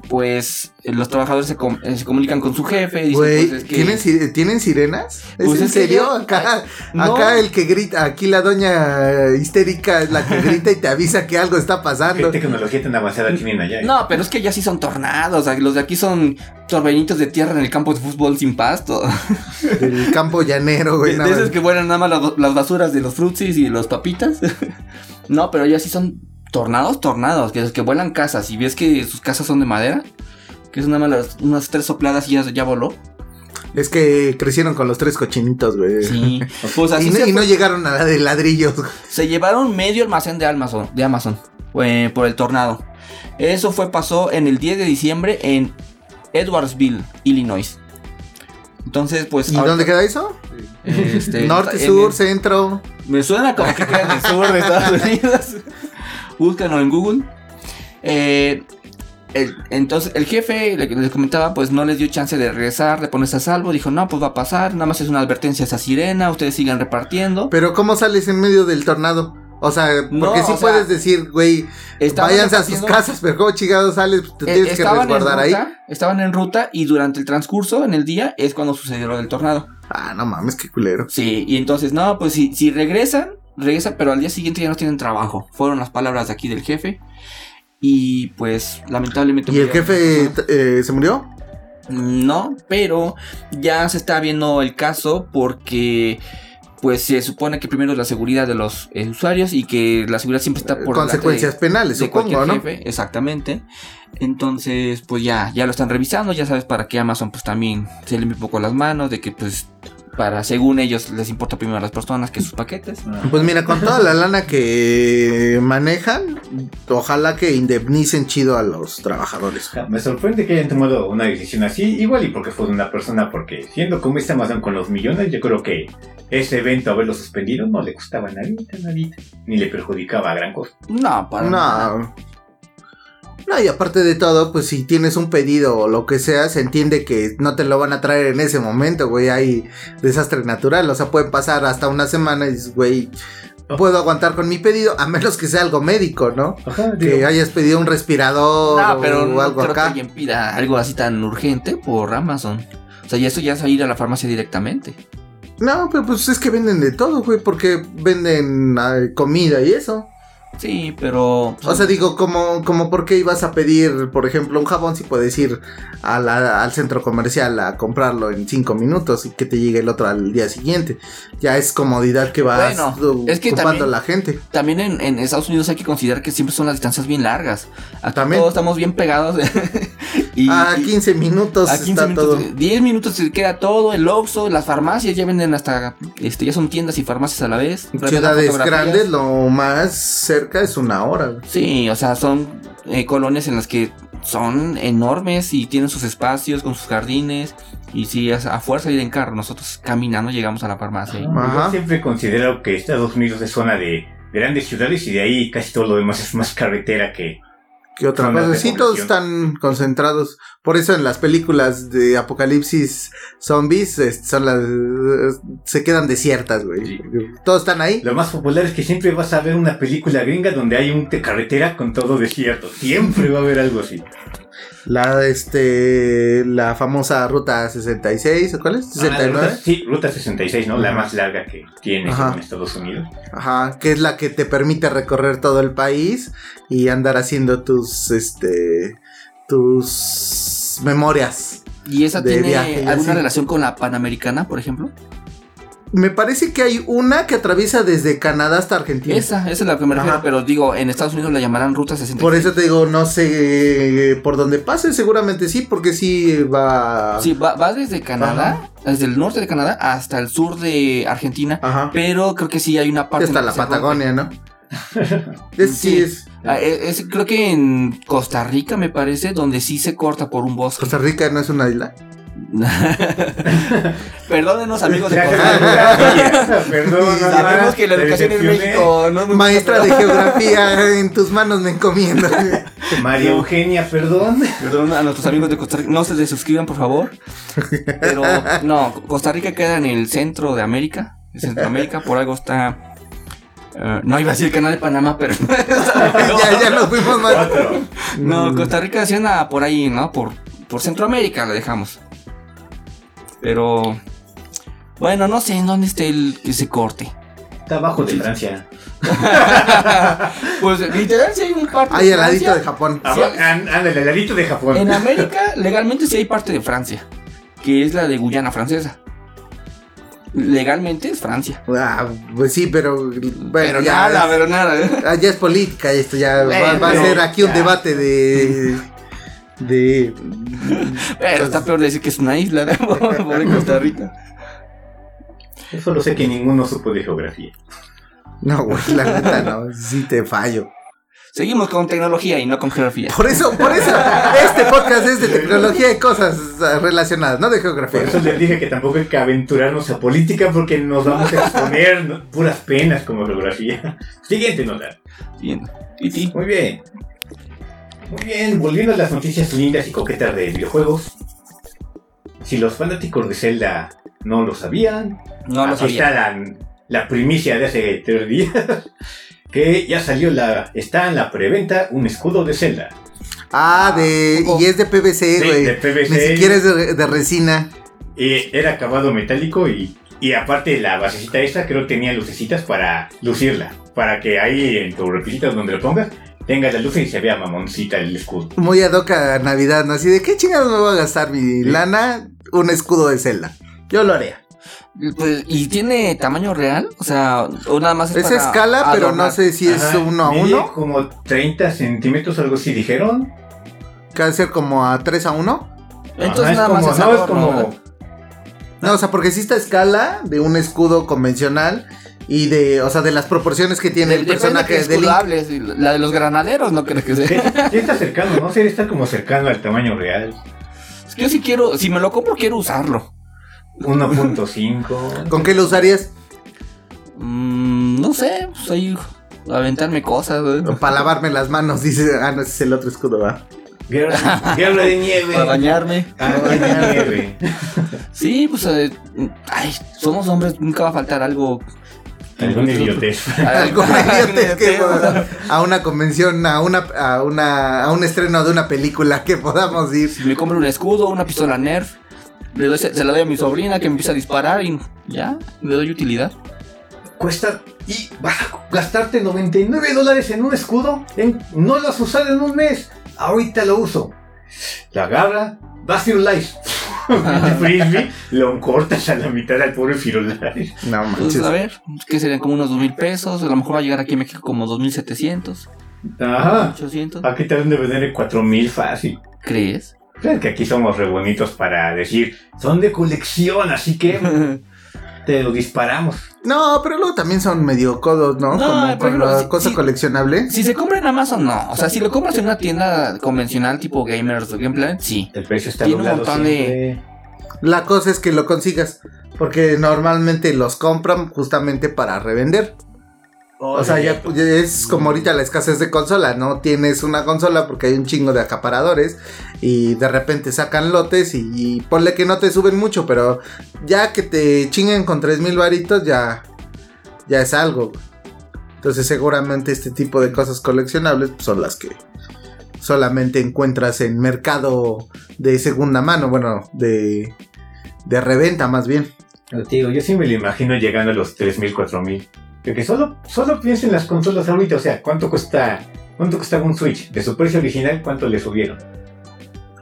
Speaker 5: Pues eh, los trabajadores se, com- eh, se comunican con su jefe. Dicen,
Speaker 1: Güey,
Speaker 5: pues, es que-
Speaker 1: ¿tienen, si- ¿tienen sirenas? ¿Es
Speaker 5: Pues
Speaker 1: en
Speaker 5: es que
Speaker 1: serio?
Speaker 5: ya-
Speaker 1: Acá,
Speaker 5: No.
Speaker 1: acá el que grita, aquí la doña histérica es la que grita y te avisa que algo está
Speaker 4: ¿Qué
Speaker 1: pasando.
Speaker 4: tecnología tan avanzada tienen allá? eh?
Speaker 5: No, pero es que ya sí son tornados. o sea, Los de aquí son torbellinos de tierra en el campo de fútbol sin pasto.
Speaker 1: Del campo llanero, güey.
Speaker 5: De-
Speaker 1: nada
Speaker 5: de esos
Speaker 1: más.
Speaker 5: que vuelan nada más las, las basuras de los frutsis y los papitas. (laughs) no, pero ellos sí son tornados, tornados, que, que vuelan casas. Y ves que sus casas son de madera, que son nada más las- unas tres sopladas y ya, ya voló.
Speaker 1: Es que crecieron con los tres cochinitos, güey. (laughs)
Speaker 5: Sí. Pues así
Speaker 1: Y, no,
Speaker 5: se,
Speaker 1: y no llegaron a la de ladrillos. güey.
Speaker 5: se llevaron medio almacén de Amazon, de Amazon eh, por el tornado. Eso fue pasó en el 10 de diciembre en Edwardsville, Illinois. Entonces, pues.
Speaker 1: ¿Y
Speaker 5: ahorita-
Speaker 1: dónde queda eso? (laughs)
Speaker 5: este,
Speaker 1: Norte,
Speaker 5: en-
Speaker 1: sur, centro.
Speaker 5: Me suena como que queda en el sur de Estados Unidos. Búscanlo en Google. Eh, el- entonces, el jefe, le- les comentaba, pues no les dio chance de regresar, de ponerse a salvo. Dijo, no, pues va a pasar. Nada más es una advertencia a esa sirena. Ustedes sigan repartiendo.
Speaker 1: Pero ¿cómo sales en medio del tornado? O sea, porque
Speaker 5: No,
Speaker 1: sí
Speaker 5: o sea,
Speaker 1: puedes decir, güey,
Speaker 5: Estaban
Speaker 1: váyanse a sus
Speaker 5: repartiendo-
Speaker 1: casas, pero ¿cómo chingados sales? Pues, Te
Speaker 5: eh,
Speaker 1: tienes que
Speaker 5: estaban en
Speaker 1: resguardar ahí.
Speaker 5: ruta, Estaban en ruta y durante el transcurso, en el día, es cuando sucedió lo del tornado.
Speaker 1: Ah, no mames, qué culero.
Speaker 5: Sí, y entonces, no, pues si, si regresan, regresan, pero al día siguiente ya no tienen trabajo. Fueron las palabras de aquí del jefe. Y pues, lamentablemente.
Speaker 1: ¿Y el
Speaker 5: murieron
Speaker 1: jefe
Speaker 5: personas.
Speaker 1: eh, se murió?
Speaker 5: No, pero ya se está viendo el caso porque pues se supone que primero es la seguridad de los eh, usuarios y que la seguridad siempre está por delante
Speaker 1: consecuencias
Speaker 5: de-
Speaker 1: penales,
Speaker 5: de
Speaker 1: supongo,
Speaker 5: cualquier
Speaker 1: ¿no?
Speaker 5: jefe, exactamente. Entonces, pues ya ya lo están revisando, ya sabes para que Amazon pues también se limpie un poco las manos de que pues para según ellos les importa primero a las personas que sus paquetes.
Speaker 1: Pues mira, con toda la lana que manejan, ojalá que indemnicen chido a los trabajadores.
Speaker 4: Ah, Me sorprende que hayan tomado una decisión así, igual y porque fue de una persona, porque siendo como este Amazon con los millones, yo creo que ese evento haberlo suspendido no le costaba nadita, nadita, ni le perjudicaba a gran cosa.
Speaker 5: No, para nada.
Speaker 1: No. No, y aparte de todo, pues si tienes un pedido o lo que sea, se entiende que no te lo van a traer en ese momento, güey. Hay desastre natural, o sea, pueden pasar hasta una semana y dices, güey,
Speaker 5: Oh.
Speaker 1: puedo aguantar con mi pedido, a menos que sea algo médico, ¿no?
Speaker 4: Ajá,
Speaker 1: Que
Speaker 4: digo,
Speaker 1: hayas pedido un respirador
Speaker 5: No, pero
Speaker 1: o
Speaker 5: no
Speaker 1: algo
Speaker 5: creo que
Speaker 1: acá.
Speaker 5: alguien pida algo así tan urgente por Amazon. O sea, y eso ya es ir a la farmacia directamente.
Speaker 1: No, pero pues es que venden de todo, güey, porque venden ah, comida y eso.
Speaker 5: Sí, pero. pues,
Speaker 1: O sea, digo, como, como por qué ibas a pedir, por ejemplo, un jabón si puedes ir a la- al centro comercial a comprarlo en cinco minutos y que te llegue el otro al día siguiente. Ya es comodidad que vas
Speaker 5: Bueno,
Speaker 1: uh,
Speaker 5: es que
Speaker 1: ocupando
Speaker 5: también-
Speaker 1: la gente.
Speaker 5: También en, en Estados Unidos hay que considerar que siempre son las distancias bien largas. Aquí
Speaker 1: También.
Speaker 5: todos estamos bien pegados. (laughs) y,
Speaker 1: a
Speaker 5: y-
Speaker 1: 15 minutos
Speaker 5: a 15
Speaker 1: está
Speaker 5: minutos,
Speaker 1: todo.
Speaker 5: 10 minutos se queda todo, el Oxxo, las farmacias ya venden hasta, este, ya son tiendas y farmacias a la vez.
Speaker 1: Ciudades
Speaker 5: Fotografías.
Speaker 1: grandes, lo más cerca es una hora. güey.
Speaker 5: Sí, o sea, son eh, colonias en las que son enormes y tienen sus espacios con sus jardines. Y sí, a, a fuerza de ir en carro, nosotros caminando llegamos a la farmacia.
Speaker 4: yo
Speaker 1: Ajá.
Speaker 4: siempre he considerado que Estados Unidos es zona de grandes ciudades y de ahí casi todo lo demás es más carretera que
Speaker 1: ¿Qué otra
Speaker 4: Son las
Speaker 1: cosa?
Speaker 4: de
Speaker 1: Sí, todos
Speaker 4: población.
Speaker 1: están concentrados. Por eso en las películas de apocalipsis zombies es- son las se quedan desiertas, güey.
Speaker 4: Sí.
Speaker 1: Todos están ahí.
Speaker 4: Lo más popular es que siempre vas a ver una película gringa donde hay una carretera con todo desierto. Siempre va a haber algo así.
Speaker 1: La este la famosa ruta 66, ¿o ¿cuál es?
Speaker 4: Ah, ruta,
Speaker 1: 69.
Speaker 4: sí, ruta 66, ¿no? La
Speaker 1: Ajá.
Speaker 4: más larga que tiene
Speaker 1: Ajá.
Speaker 4: en Estados Unidos.
Speaker 1: Ajá, que es la que te permite recorrer todo el país y andar haciendo tus este tus memorias.
Speaker 5: ¿Y esa
Speaker 1: De
Speaker 5: tiene
Speaker 1: viaje,
Speaker 5: alguna
Speaker 1: así.
Speaker 5: relación con la Panamericana, por ejemplo?
Speaker 1: Me parece que hay una que atraviesa desde Canadá hasta Argentina.
Speaker 5: Esa, esa es la que me
Speaker 1: Ajá.
Speaker 5: refiero, pero digo, en Estados Unidos la llamarán Ruta 66.
Speaker 1: Por eso te digo, no sé eh, por dónde pase, seguramente sí, porque sí va.
Speaker 5: Sí, va, va desde Canadá, desde el norte de Canadá hasta el sur de Argentina,
Speaker 1: Ajá.
Speaker 5: pero creo que sí hay una parte... en
Speaker 1: Hasta
Speaker 5: que
Speaker 1: la
Speaker 5: se rompe.
Speaker 1: Patagonia, ¿no?
Speaker 5: (laughs)
Speaker 1: Es- sí.
Speaker 5: Sí.
Speaker 1: es.
Speaker 5: Ah, es- es- creo que en Costa Rica, me parece, donde sí se corta por un bosque.
Speaker 1: Costa Rica no es una isla.
Speaker 5: (laughs) Perdónenos, amigos de
Speaker 4: Ya que
Speaker 5: Costa Rica.
Speaker 4: me- (laughs) Perdón,
Speaker 5: Sabemos que la educación en México no es muy
Speaker 1: Maestra de
Speaker 5: (laughs)
Speaker 1: geografía, en tus manos me encomiendo. (laughs)
Speaker 4: María Eugenia, perdón.
Speaker 5: Perdón a nuestros amigos de Costa Rica, no se desuscriban por favor. Pero no, Costa Rica queda en el centro de América, de Centroamérica, por algo está... eh, no iba a decir Canal de Panamá, pero...
Speaker 1: ya, ya nos fuimos más.
Speaker 4: Otro.
Speaker 5: No,
Speaker 1: Mm.
Speaker 5: Costa Rica sí anda por ahí, ¿no? Por, por Centroamérica la dejamos. Pero... Bueno, no sé en dónde esté el que se corte.
Speaker 4: Está abajo de Francia.
Speaker 5: Pues literal sí hay un parte
Speaker 1: Ahí
Speaker 5: de
Speaker 1: al ladito
Speaker 5: Francia.
Speaker 1: de Japón.
Speaker 5: Ah.
Speaker 4: Aba- an- Ándale, al ladito de Japón.
Speaker 5: En América, legalmente sí hay parte de Francia, que es la de Guyana francesa. Legalmente es Francia.
Speaker 1: Ah, pues sí, pero. Bueno,
Speaker 5: pero
Speaker 1: ya.
Speaker 5: nada,
Speaker 1: (laughs)
Speaker 5: pero nada. ¿eh?
Speaker 1: ah, ya es política esto, ya va,
Speaker 5: Bueno,
Speaker 1: va a ser aquí un
Speaker 5: ya.
Speaker 1: debate de. de.
Speaker 5: Pero está peor decir que es una isla, (laughs) ¿no? Pobre Costa Rica.
Speaker 4: Yo solo sé que ninguno supo de geografía.
Speaker 1: No, güey, la neta, no. Sí te fallo.
Speaker 5: Seguimos con tecnología y no con geografía.
Speaker 1: Por eso, por eso, este podcast es de tecnología y cosas eh, relacionadas, no de
Speaker 4: Por
Speaker 1: geografía.
Speaker 4: eso les dije que tampoco hay que aventurarnos a política porque nos vamos a exponer ¿no? puras penas como geografía. Siguiente nota.
Speaker 5: Bien. Y sí,
Speaker 4: Muy bien. Muy bien, volviendo a las noticias lindas y coquetas de videojuegos. Si los fanáticos de Zelda no lo sabían,
Speaker 5: no lo
Speaker 4: aquí
Speaker 5: sabía.
Speaker 4: está la, la primicia de hace tres días. (laughs) Que ya salió la. Está en la preventa un escudo de Zelda.
Speaker 1: Ah, de. Y es de PVC,
Speaker 4: Sí, de
Speaker 1: güey. Ni
Speaker 4: PVC.
Speaker 1: siquiera es de, de resina.
Speaker 4: Eh, era acabado metálico y, y aparte la basecita esta creo tenía lucecitas para lucirla. Para que ahí en tu repisita donde lo pongas tengas la luz y se vea mamoncita el escudo.
Speaker 1: Muy ad hoc a Navidad, ¿no? Así de qué chingados me voy a gastar mi lana, un escudo de celda. Yo lo haría.
Speaker 5: Pues, ¿Y tiene tamaño real? O sea, o nada más es
Speaker 1: Es
Speaker 5: para
Speaker 1: escala, pero no
Speaker 5: adornar.
Speaker 1: sé si es
Speaker 4: Ajá,
Speaker 1: uno a
Speaker 4: mide
Speaker 1: uno.
Speaker 4: Como 30 centímetros, algo así dijeron.
Speaker 1: Que ha de ser como a tres a uno.
Speaker 5: Entonces
Speaker 4: Ajá, es
Speaker 5: nada
Speaker 4: como,
Speaker 5: más es
Speaker 4: no, es
Speaker 5: adorno,
Speaker 4: como.
Speaker 5: ¿verdad?
Speaker 1: No, o sea, porque existe escala de un escudo convencional y de, o sea, de las proporciones que tiene el
Speaker 5: Depende que
Speaker 1: personaje de
Speaker 5: escudo
Speaker 1: Link.
Speaker 5: hables, y La de los granaderos, no creo que sea. (laughs)
Speaker 4: Sí, sí está cercano, no sé, está como cercano al tamaño real.
Speaker 5: Es que Yo sí quiero, si me lo compro, quiero usarlo.
Speaker 4: 1.5.
Speaker 1: ¿Con qué lo usarías?
Speaker 5: Mm, no sé, pues ahí aventarme cosas. ¿eh? güey.
Speaker 1: Para lavarme las manos, dice. Ah, no, ese es el otro escudo, va.
Speaker 4: Guerra, guerra de
Speaker 5: (laughs)
Speaker 4: nieve.
Speaker 5: Para bañarme.
Speaker 4: Ah, guerra de nieve.
Speaker 5: Sí, pues, eh, ay, somos hombres, nunca va a faltar algo. (laughs)
Speaker 4: Alguna idiotez.
Speaker 5: Ah,
Speaker 1: Algo idiotez que
Speaker 5: idiotez,
Speaker 1: pod- a una convención, a una, a una, a un estreno de una película que podamos ir.
Speaker 5: Me compro un escudo, una pistola Nerf. le doy- se, se la doy a mi sobrina que me empieza a disparar y ya, le doy utilidad.
Speaker 4: cuesta y vas a gastarte 99 dólares en un escudo, en, no lo has usado en un mes, ahorita lo uso. La agarra, va
Speaker 5: (laughs)
Speaker 4: a Firulais. El frisbee, lo cortas a la mitad al pobre Firulais.
Speaker 1: No
Speaker 5: Entonces,
Speaker 1: manches.
Speaker 5: a ver, que serían como unos dos mil pesos. A lo mejor va a llegar aquí a México como dos mil setecientos,
Speaker 4: Ajá.
Speaker 5: ochocientos.
Speaker 1: Ah.
Speaker 4: Aquí te deben de vender en 4000 fácil.
Speaker 5: ¿Crees? (laughs)
Speaker 4: Claro que aquí somos re bonitos para decir, son de colección, así que te lo disparamos.
Speaker 1: No, pero luego también son medio codos, ¿no?
Speaker 5: No,
Speaker 1: Como
Speaker 5: por
Speaker 1: con
Speaker 5: ejemplo,
Speaker 1: la
Speaker 5: sí,
Speaker 1: cosa
Speaker 5: sí.
Speaker 1: coleccionable.
Speaker 5: Si se compra en Amazon, no. O sea, si lo compras en una tienda convencional tipo Gamers o Game Planet, sí.
Speaker 4: El precio está
Speaker 5: Tiene un
Speaker 4: doblado
Speaker 5: montón de-
Speaker 4: siempre.
Speaker 1: La cosa es que lo consigas. Porque normalmente los compran justamente para revender. O sea, Oh, ya, ya es como ahorita la escasez de consola, ¿no? Tienes una consola porque hay un chingo de acaparadores y de repente sacan lotes y, y ponle que no te suben mucho, pero ya que te chinguen con 3000 varitos ya ya es algo. güey. Entonces, seguramente este tipo de cosas coleccionables pues, son las que solamente encuentras en mercado de segunda mano, bueno, de de reventa más bien.
Speaker 4: Digo, yo sí me lo imagino llegando a los 3.000, 4.000. Porque solo, solo piensa en las consolas ahorita. O sea, ¿cuánto cuesta cuánto costaba un Switch? De su precio original, ¿cuánto le subieron?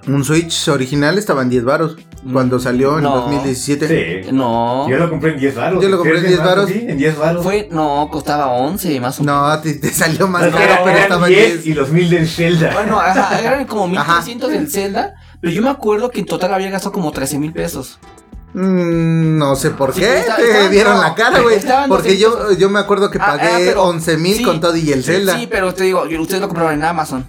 Speaker 1: Un Switch original estaba en 10 varos cuando salió en
Speaker 5: No.
Speaker 1: 2017.
Speaker 4: Sí.
Speaker 5: No.
Speaker 4: Yo lo compré en 10 baros.
Speaker 1: Yo lo compré en 10 varos.
Speaker 4: Sí, en 10 baros.
Speaker 5: Fue, no, costaba 11 más o menos.
Speaker 1: No, a ti te salió más
Speaker 4: Pero
Speaker 1: caro, pero
Speaker 4: eran
Speaker 1: estaba en
Speaker 4: 10
Speaker 1: 10.
Speaker 4: y los 1000 del Zelda.
Speaker 5: Bueno, ajá, eran como
Speaker 1: Ajá.
Speaker 5: 1300 en Zelda. Pero yo me acuerdo que en total había gastado como 13 mil pesos.
Speaker 1: Mm, no sé por
Speaker 5: Sí,
Speaker 1: qué
Speaker 5: está-
Speaker 1: te
Speaker 5: estaban-
Speaker 1: vieron
Speaker 5: no,
Speaker 1: la cara, güey.
Speaker 5: estaban
Speaker 1: Porque yo,
Speaker 5: 200.
Speaker 1: yo me acuerdo que
Speaker 5: Ah, ah,
Speaker 1: pagué
Speaker 5: pero-
Speaker 1: 11 mil
Speaker 5: sí.
Speaker 1: con todo y el Zelda.
Speaker 5: Sí, pero te digo, yo- ustedes lo compraron en Amazon.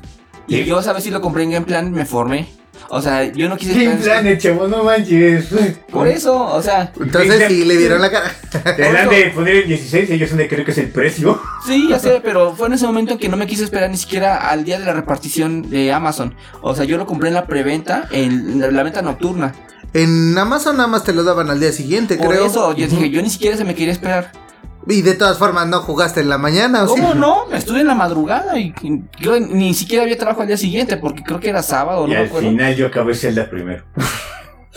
Speaker 5: Y
Speaker 4: Sí.
Speaker 5: yo, ¿sabes si lo compré en Game Plan? Me formé. O sea, yo no quise.
Speaker 4: Game
Speaker 5: esperar-
Speaker 4: Planet, chavo, no manches.
Speaker 5: Por eso, o sea,
Speaker 1: Entonces sí le vieron la cara.
Speaker 4: Te dan de poner el 16 ellos son de creo que es el precio.
Speaker 5: sí, ya sé, pero fue en ese momento en que no me quise esperar ni siquiera al día de la repartición de Amazon. O sea, yo lo compré en la preventa, en la, la venta nocturna.
Speaker 1: En Amazon nada más te lo daban al día siguiente,
Speaker 5: Por
Speaker 1: creo.
Speaker 5: eso, yo dije, yo ni siquiera se me quería esperar.
Speaker 1: Y de todas formas no jugaste en la mañana, ¿o Ah, sí?
Speaker 5: ¿Cómo no? Me estuve en la madrugada y y yo ni siquiera había trabajo al día siguiente porque creo que era sábado,
Speaker 4: Y
Speaker 5: no me
Speaker 4: al
Speaker 5: acuerdo.
Speaker 4: final yo acabé Zelda (laughs) primero.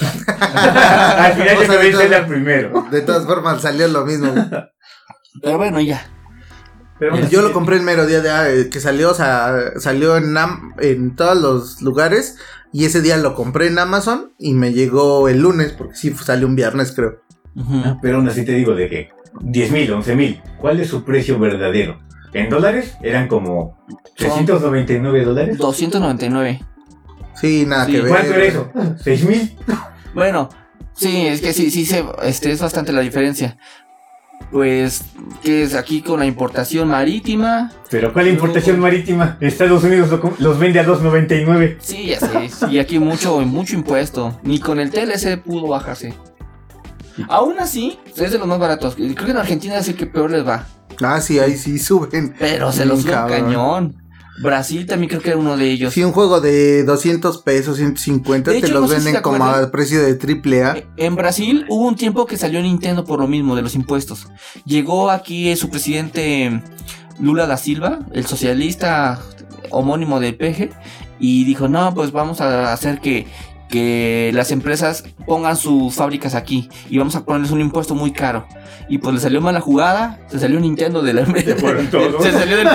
Speaker 4: al final
Speaker 1: O
Speaker 4: yo
Speaker 1: sea,
Speaker 4: acabé
Speaker 1: todo-
Speaker 4: Zelda primero.
Speaker 1: De todas formas salió lo
Speaker 5: (laughs)
Speaker 1: mismo.
Speaker 5: Pero bueno, ya.
Speaker 4: Pero
Speaker 1: Yo lo compré el mero día de, ah, eh, que salió, o sea, salió en, Am- en todos los lugares. Y ese día lo compré en Amazon y me llegó el lunes, porque sí salió un viernes, creo.
Speaker 5: Ujú.
Speaker 4: Pero aún así te digo de que 10 mil, 11 mil, ¿cuál es su precio verdadero? En dólares eran como 399 dólares.
Speaker 5: 299.
Speaker 1: Sí, nada
Speaker 5: Sí,
Speaker 1: que ver.
Speaker 4: ¿Cuánto era eso? 6 mil.
Speaker 5: Bueno, sí, es que sí, sí, se, este, es bastante la diferencia. Pues, que es aquí con la importación marítima.
Speaker 4: Pero ¿cuál importación marítima? Estados Unidos lo com- los vende a 2.99.
Speaker 5: Sí, ya sé. Y aquí mucho, mucho impuesto. Ni con el TLC pudo bajarse. Aún así, es de los más baratos. Creo que en Argentina es el que peor les va.
Speaker 1: Ah, sí, ahí sí suben.
Speaker 5: Pero se los
Speaker 1: Mm,
Speaker 5: dio un
Speaker 1: cabrón.
Speaker 5: cañón. Brasil también creo que era uno de ellos.
Speaker 1: Si un juego de 200 pesos, 150,
Speaker 5: De
Speaker 1: te
Speaker 5: hecho,
Speaker 1: los
Speaker 5: no sé si Eh,
Speaker 1: venden
Speaker 5: te
Speaker 1: como
Speaker 5: acuerdas.
Speaker 1: a precio de triple A.
Speaker 5: En Brasil hubo un tiempo que salió Nintendo por lo mismo de los impuestos. Llegó aquí eh, su presidente Lula da Silva, el socialista homónimo del PG, y dijo, no, pues vamos a hacer que, que las empresas pongan sus fábricas aquí y vamos a ponerles un impuesto muy caro. Y pues le salió mala jugada, se salió Nintendo de la (laughs)
Speaker 4: fueron todos.
Speaker 5: se salió del,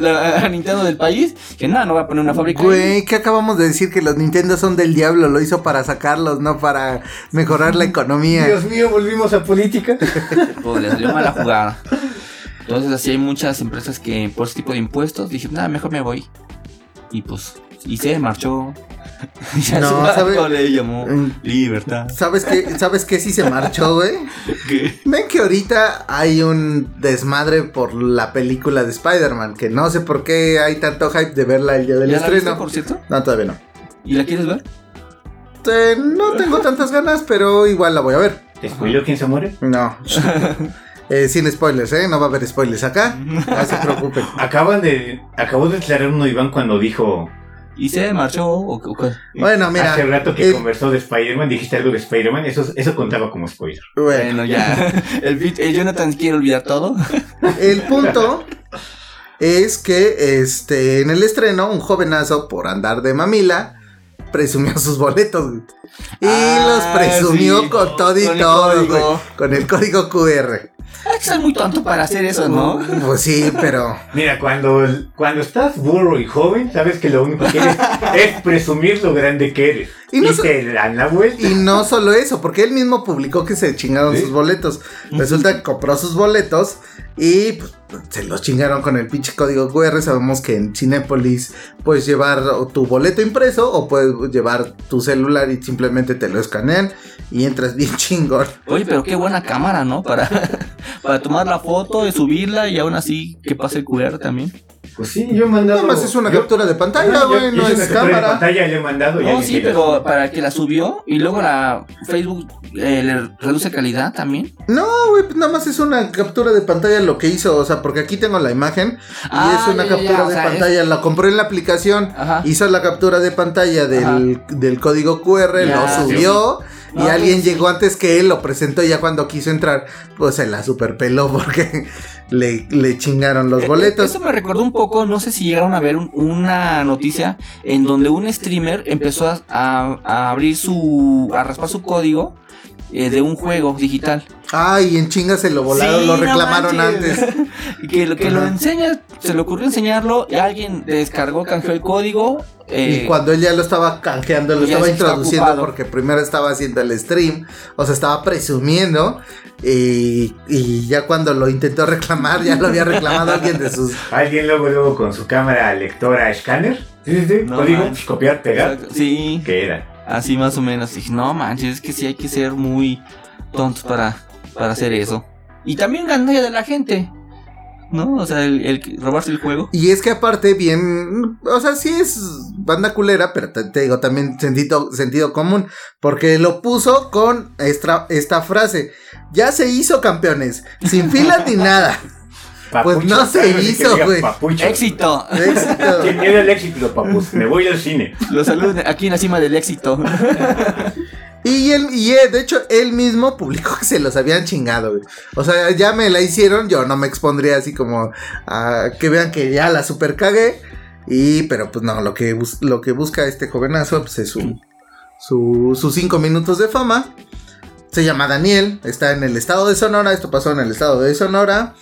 Speaker 5: la- Nintendo del país, que nada, no va a poner una fábrica. ahí".
Speaker 1: Güey, ¿qué acabamos de decir? Que los Nintendo son del diablo. Lo hizo para sacarlos, no para mejorar la economía.
Speaker 4: Dios mío, volvimos a política.
Speaker 5: Pues le salió mala jugada. Entonces así hay muchas empresas que por ese tipo de impuestos dije, nada, mejor me voy. Y pues, y se marchó. (laughs) Y a
Speaker 1: No,
Speaker 5: su barco
Speaker 1: ¿sabe?
Speaker 5: le llamó
Speaker 1: Mm,
Speaker 5: Libertad.
Speaker 1: ¿Sabes qué? ¿Sabes qué? Sí se marchó, güey.
Speaker 5: ¿Qué?
Speaker 1: Ven que ahorita hay un desmadre por la película de Spider-Man. Que no sé por qué hay tanto hype de verla el día del
Speaker 5: ¿Ya la viste,
Speaker 1: estreno.
Speaker 5: por cierto?
Speaker 1: No, todavía no.
Speaker 5: ¿Y la quieres ver? (laughs)
Speaker 1: Eh, no tengo tantas ganas, pero igual la voy a ver.
Speaker 4: ¿Te spoiló quién se muere?
Speaker 5: (laughs)
Speaker 1: No. Eh, sin spoilers, ¿eh? No va a haber spoilers acá. No se preocupen.
Speaker 4: Acaban de. Acabó de declarar uno Iván cuando dijo.
Speaker 5: ¿Y se marchó? ¿O, o qué?
Speaker 1: Bueno, mira,
Speaker 4: Hace rato que
Speaker 1: eh,
Speaker 4: conversó de Spider-Man, dijiste algo de Spider-Man, eso, eso contaba como spoiler.
Speaker 1: Bueno,
Speaker 5: Bueno, ya. (laughs) El, bit- el Jonathan quiere olvidar todo. (laughs)
Speaker 1: el punto es que este, en el estreno, un jovenazo por andar de mamila presumió sus boletos. güey. Y
Speaker 5: Ah,
Speaker 1: los presumió
Speaker 5: sí.
Speaker 1: con todo y
Speaker 5: Con el
Speaker 1: todo,
Speaker 5: código.
Speaker 1: güey, Con el código QR.
Speaker 5: Hay Ah, que ser muy tonto para hacer eso, ¿no?
Speaker 1: Pues sí, pero.
Speaker 4: Mira, cuando, cuando estás burro y joven, sabes que lo único
Speaker 1: (laughs)
Speaker 4: que quieres es presumir lo grande que eres.
Speaker 1: Y
Speaker 4: Y,
Speaker 1: no so-
Speaker 4: te dan la vuelta.
Speaker 1: Y no solo eso, porque él mismo publicó que se chingaron
Speaker 4: ¿Sí?
Speaker 1: sus boletos. Resulta
Speaker 4: (laughs)
Speaker 1: que compró sus boletos y pues, se los chingaron con el pinche código QR. Sabemos que en Cinépolis puedes llevar o tu boleto impreso o puedes llevar tu celular y simplemente te lo escanean y entras bien (laughs) chingón.
Speaker 5: (laughs) Oye, pero qué buena (laughs) cámara, ¿no? Para, para tomar la foto y subirla y aún así que pase el QR también.
Speaker 4: Pues sí, yo he mandado.
Speaker 1: Nada más es una
Speaker 4: yo-
Speaker 1: captura de pantalla,
Speaker 4: Ajá, yo-
Speaker 1: güey,
Speaker 4: yo
Speaker 1: no
Speaker 4: hice una
Speaker 1: es
Speaker 4: captura de
Speaker 1: cámara.
Speaker 4: pantalla y le he mandado y
Speaker 5: No,
Speaker 4: alguien
Speaker 5: sí,
Speaker 4: que-
Speaker 5: pero para el que la subió y luego la Facebook eh, le reduce calidad también.
Speaker 1: No, güey, pues nada más es una captura de pantalla lo que hizo, o sea, porque aquí tengo la imagen y
Speaker 5: Ah,
Speaker 1: es una
Speaker 5: ya, ya,
Speaker 1: captura
Speaker 5: ya, o
Speaker 1: de
Speaker 5: sea, es-
Speaker 1: pantalla, la compré en la aplicación,
Speaker 5: Ajá.
Speaker 1: hizo la captura de pantalla del, del código QR,
Speaker 5: Ya,
Speaker 1: lo
Speaker 5: sí.
Speaker 1: subió y
Speaker 5: No,
Speaker 1: alguien
Speaker 5: pues sí.
Speaker 1: llegó antes que él, lo presentó y ya cuando quiso entrar, pues se la superpeló (laughs) porque le, le chingaron los
Speaker 5: Eh,
Speaker 1: boletos.
Speaker 5: Eso me recordó un poco, no sé si llegaron a ver un- una noticia en donde un streamer empezó a, a- a abrir su. a raspar su código eh, de un juego digital.
Speaker 1: Ay, en chinga se lo volaron,
Speaker 5: Sí,
Speaker 1: lo
Speaker 5: no
Speaker 1: reclamaron
Speaker 5: manches. (laughs)
Speaker 1: antes.
Speaker 5: Y que lo, que lo
Speaker 1: Ajá.
Speaker 5: enseña, se le ocurrió enseñarlo y alguien descargó, canjeó el código. eh,
Speaker 1: Y cuando él ya lo estaba canjeando, lo
Speaker 5: ya
Speaker 1: estaba
Speaker 5: sí está
Speaker 1: introduciendo
Speaker 5: ocupado.
Speaker 1: porque primero estaba haciendo el stream, o sea, estaba presumiendo y, y ya cuando lo intentó (laughs) reclamar, ya lo había reclamado alguien de sus...
Speaker 4: Alguien luego, luego con su cámara lectora escáner. Sí, sí, sí.
Speaker 5: No
Speaker 4: Código,
Speaker 5: manches.
Speaker 4: copiar, pegar.
Speaker 5: exacto, sí,
Speaker 4: Que era.
Speaker 5: así más o menos. Dije, no manches, es que sí hay que ser muy tontos para, para hacer eso. Y también ganancia de la gente. ¿No? O sea, el- el robarse el juego.
Speaker 1: Y es que aparte bien, o sea, sí es banda culera, pero te, te digo también sentido, sentido común, porque lo puso con esta, esta frase, ya se hizo campeones, sin filas ni nada. Pues
Speaker 4: Papucho,
Speaker 1: no se
Speaker 4: algo así que
Speaker 1: hizo,
Speaker 4: diga
Speaker 1: güey.
Speaker 4: Papucho.
Speaker 5: Éxito.
Speaker 1: Éxito.
Speaker 4: Sí, Era el éxito, papus. Me voy al cine.
Speaker 5: Los saludos aquí en la cima del éxito.
Speaker 1: Y él, y eh, de hecho, él mismo publicó que se los habían chingado, güey. O sea, ya me la hicieron, yo no me expondría así como a que vean que ya la super cagué. Y, pero pues no, lo que, bus- lo que busca este jovenazo pues, es su, su- sus cinco minutos de fama. Se llama Daniel, está en el estado de Sonora, esto pasó en el estado de Sonora.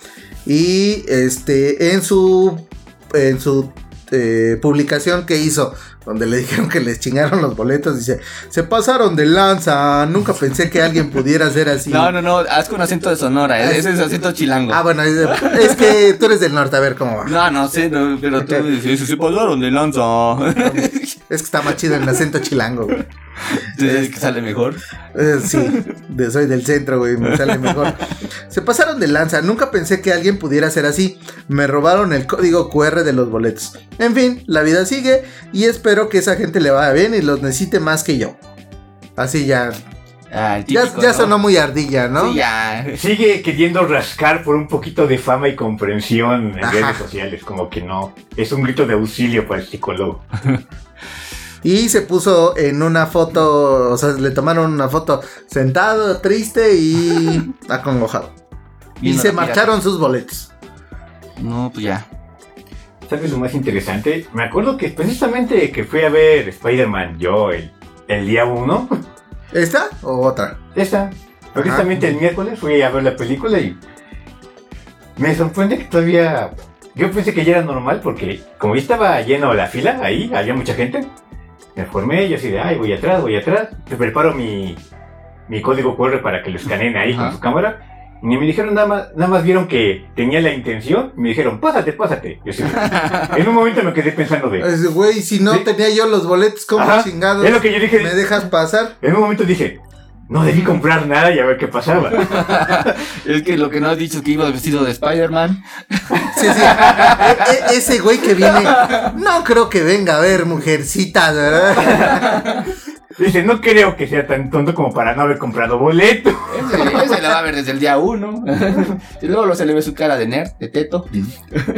Speaker 1: Y este, en su, en su eh, publicación que hizo, donde le dijeron que les chingaron los boletos, dice, se pasaron de lanza. Nunca pensé que alguien pudiera ser así.
Speaker 5: No, no, no, haz con acento de Sonora, ¿eh?
Speaker 1: Ah,
Speaker 5: ese es acento chilango.
Speaker 1: Ah, bueno, es, es que tú eres del norte, a ver cómo va.
Speaker 5: No, no sé, no, pero
Speaker 1: (laughs)
Speaker 5: tú dices, se pasaron pues, de lanza.
Speaker 1: Es que está más chido el acento chilango, güey.
Speaker 5: Es que sale mejor.
Speaker 1: Eh, sí, de- soy del centro, güey, me sale mejor. Se pasaron de lanza, nunca pensé que alguien pudiera ser así. Me robaron el código QR de los boletos. En fin, la vida sigue y espero que esa gente le vaya bien y los necesite más que yo. Así ya.
Speaker 5: Ah, el
Speaker 1: Ya,
Speaker 5: típico,
Speaker 1: ya
Speaker 5: ¿no?
Speaker 1: sonó muy ardilla, ¿no?
Speaker 5: Sí, ya.
Speaker 4: Sigue queriendo rascar por un poquito de fama y comprensión en
Speaker 1: Ajá.
Speaker 4: redes sociales. Como que no. Es un grito de auxilio para el psicólogo.
Speaker 1: Y se puso en una foto, o sea, le tomaron una foto sentado, triste
Speaker 5: (laughs)
Speaker 1: y acongojado. Y
Speaker 5: Viendo
Speaker 1: se
Speaker 5: la pirata.
Speaker 1: marcharon sus boletos.
Speaker 5: No, pues ya.
Speaker 4: ¿Sabes lo más interesante? Me acuerdo que precisamente que fui a ver Spider-Man yo el, el día 1.
Speaker 1: ¿Esta o otra?
Speaker 4: Esa. Precisamente el miércoles fui a ver la película y me sorprende que todavía... Yo pensé que ya era normal porque como ya estaba lleno la fila, ahí había mucha gente. Me formé y yo así de, ay, voy atrás, voy atrás. Te preparo mi, mi código QR para que lo escaneen ahí con
Speaker 5: Ajá.
Speaker 4: su cámara. Y me dijeron nada más, nada más vieron que tenía la intención. y Me dijeron, pásate, pásate. Yo así
Speaker 1: (laughs)
Speaker 4: de- en un momento me quedé pensando de...
Speaker 1: Es, Güey, si no
Speaker 4: Sí.
Speaker 1: tenía yo los boletos, ¿cómo
Speaker 4: Ajá,
Speaker 1: chingados?
Speaker 4: Es lo que yo dije.
Speaker 1: ¿Me dejas pasar?
Speaker 4: En un momento dije, no debí comprar nada y a ver qué
Speaker 1: (laughs)
Speaker 4: pasaba.
Speaker 5: Es que lo que no has dicho es que ibas vestido de Spider-Man.
Speaker 1: Sí, sí. E- e- ese güey que viene, no creo que venga a ver mujercitas, ¿verdad?
Speaker 4: Dice, no creo que sea tan tonto como para no haber comprado boleto. (laughs)
Speaker 5: Ese, ese la va a ver desde el día uno. Y luego lo se le ve su cara de nerd, de teto.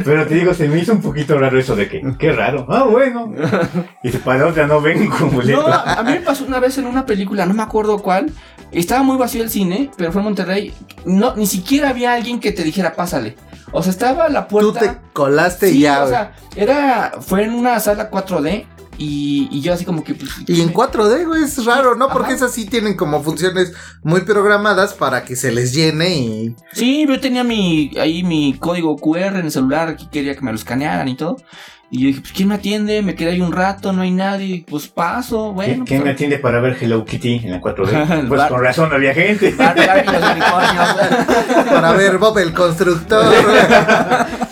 Speaker 4: Pero te digo, se me hizo un poquito raro eso de que, qué raro. Ah, bueno. Y para la otra no vengo con boleto.
Speaker 5: No, a a mí me pasó una vez en una película, no me acuerdo cuál. Estaba muy vacío el cine, pero fue en Monterrey. No, ni siquiera había alguien que te dijera pásale. O sea, estaba la
Speaker 1: Tú
Speaker 5: puerta.
Speaker 1: te colaste
Speaker 5: Sí,
Speaker 1: y ya,
Speaker 5: o
Speaker 1: güey.
Speaker 5: sea, era, fue en una sala 4D y, y yo así como que... pues,
Speaker 1: Y en 4D, güey, es raro, ¿no? Porque
Speaker 5: Ajá.
Speaker 1: esas sí tienen como funciones muy programadas para que se les llene y
Speaker 5: Sí, yo tenía mi, ahí mi código QR en el celular, que quería que me lo escanearan y todo. Y yo dije, pues, ¿quién me atiende? Me quedé ahí un rato, no hay nadie, pues paso, bueno.
Speaker 4: ¿Quién me
Speaker 5: pues,
Speaker 4: atiende para ver Hello Kitty en la 4D?
Speaker 5: El
Speaker 4: Pues
Speaker 5: bar-
Speaker 4: con razón no
Speaker 5: (laughs)
Speaker 4: había gente.
Speaker 5: Barbie, Barbie, los unicornios.
Speaker 1: para ver Bob el constructor.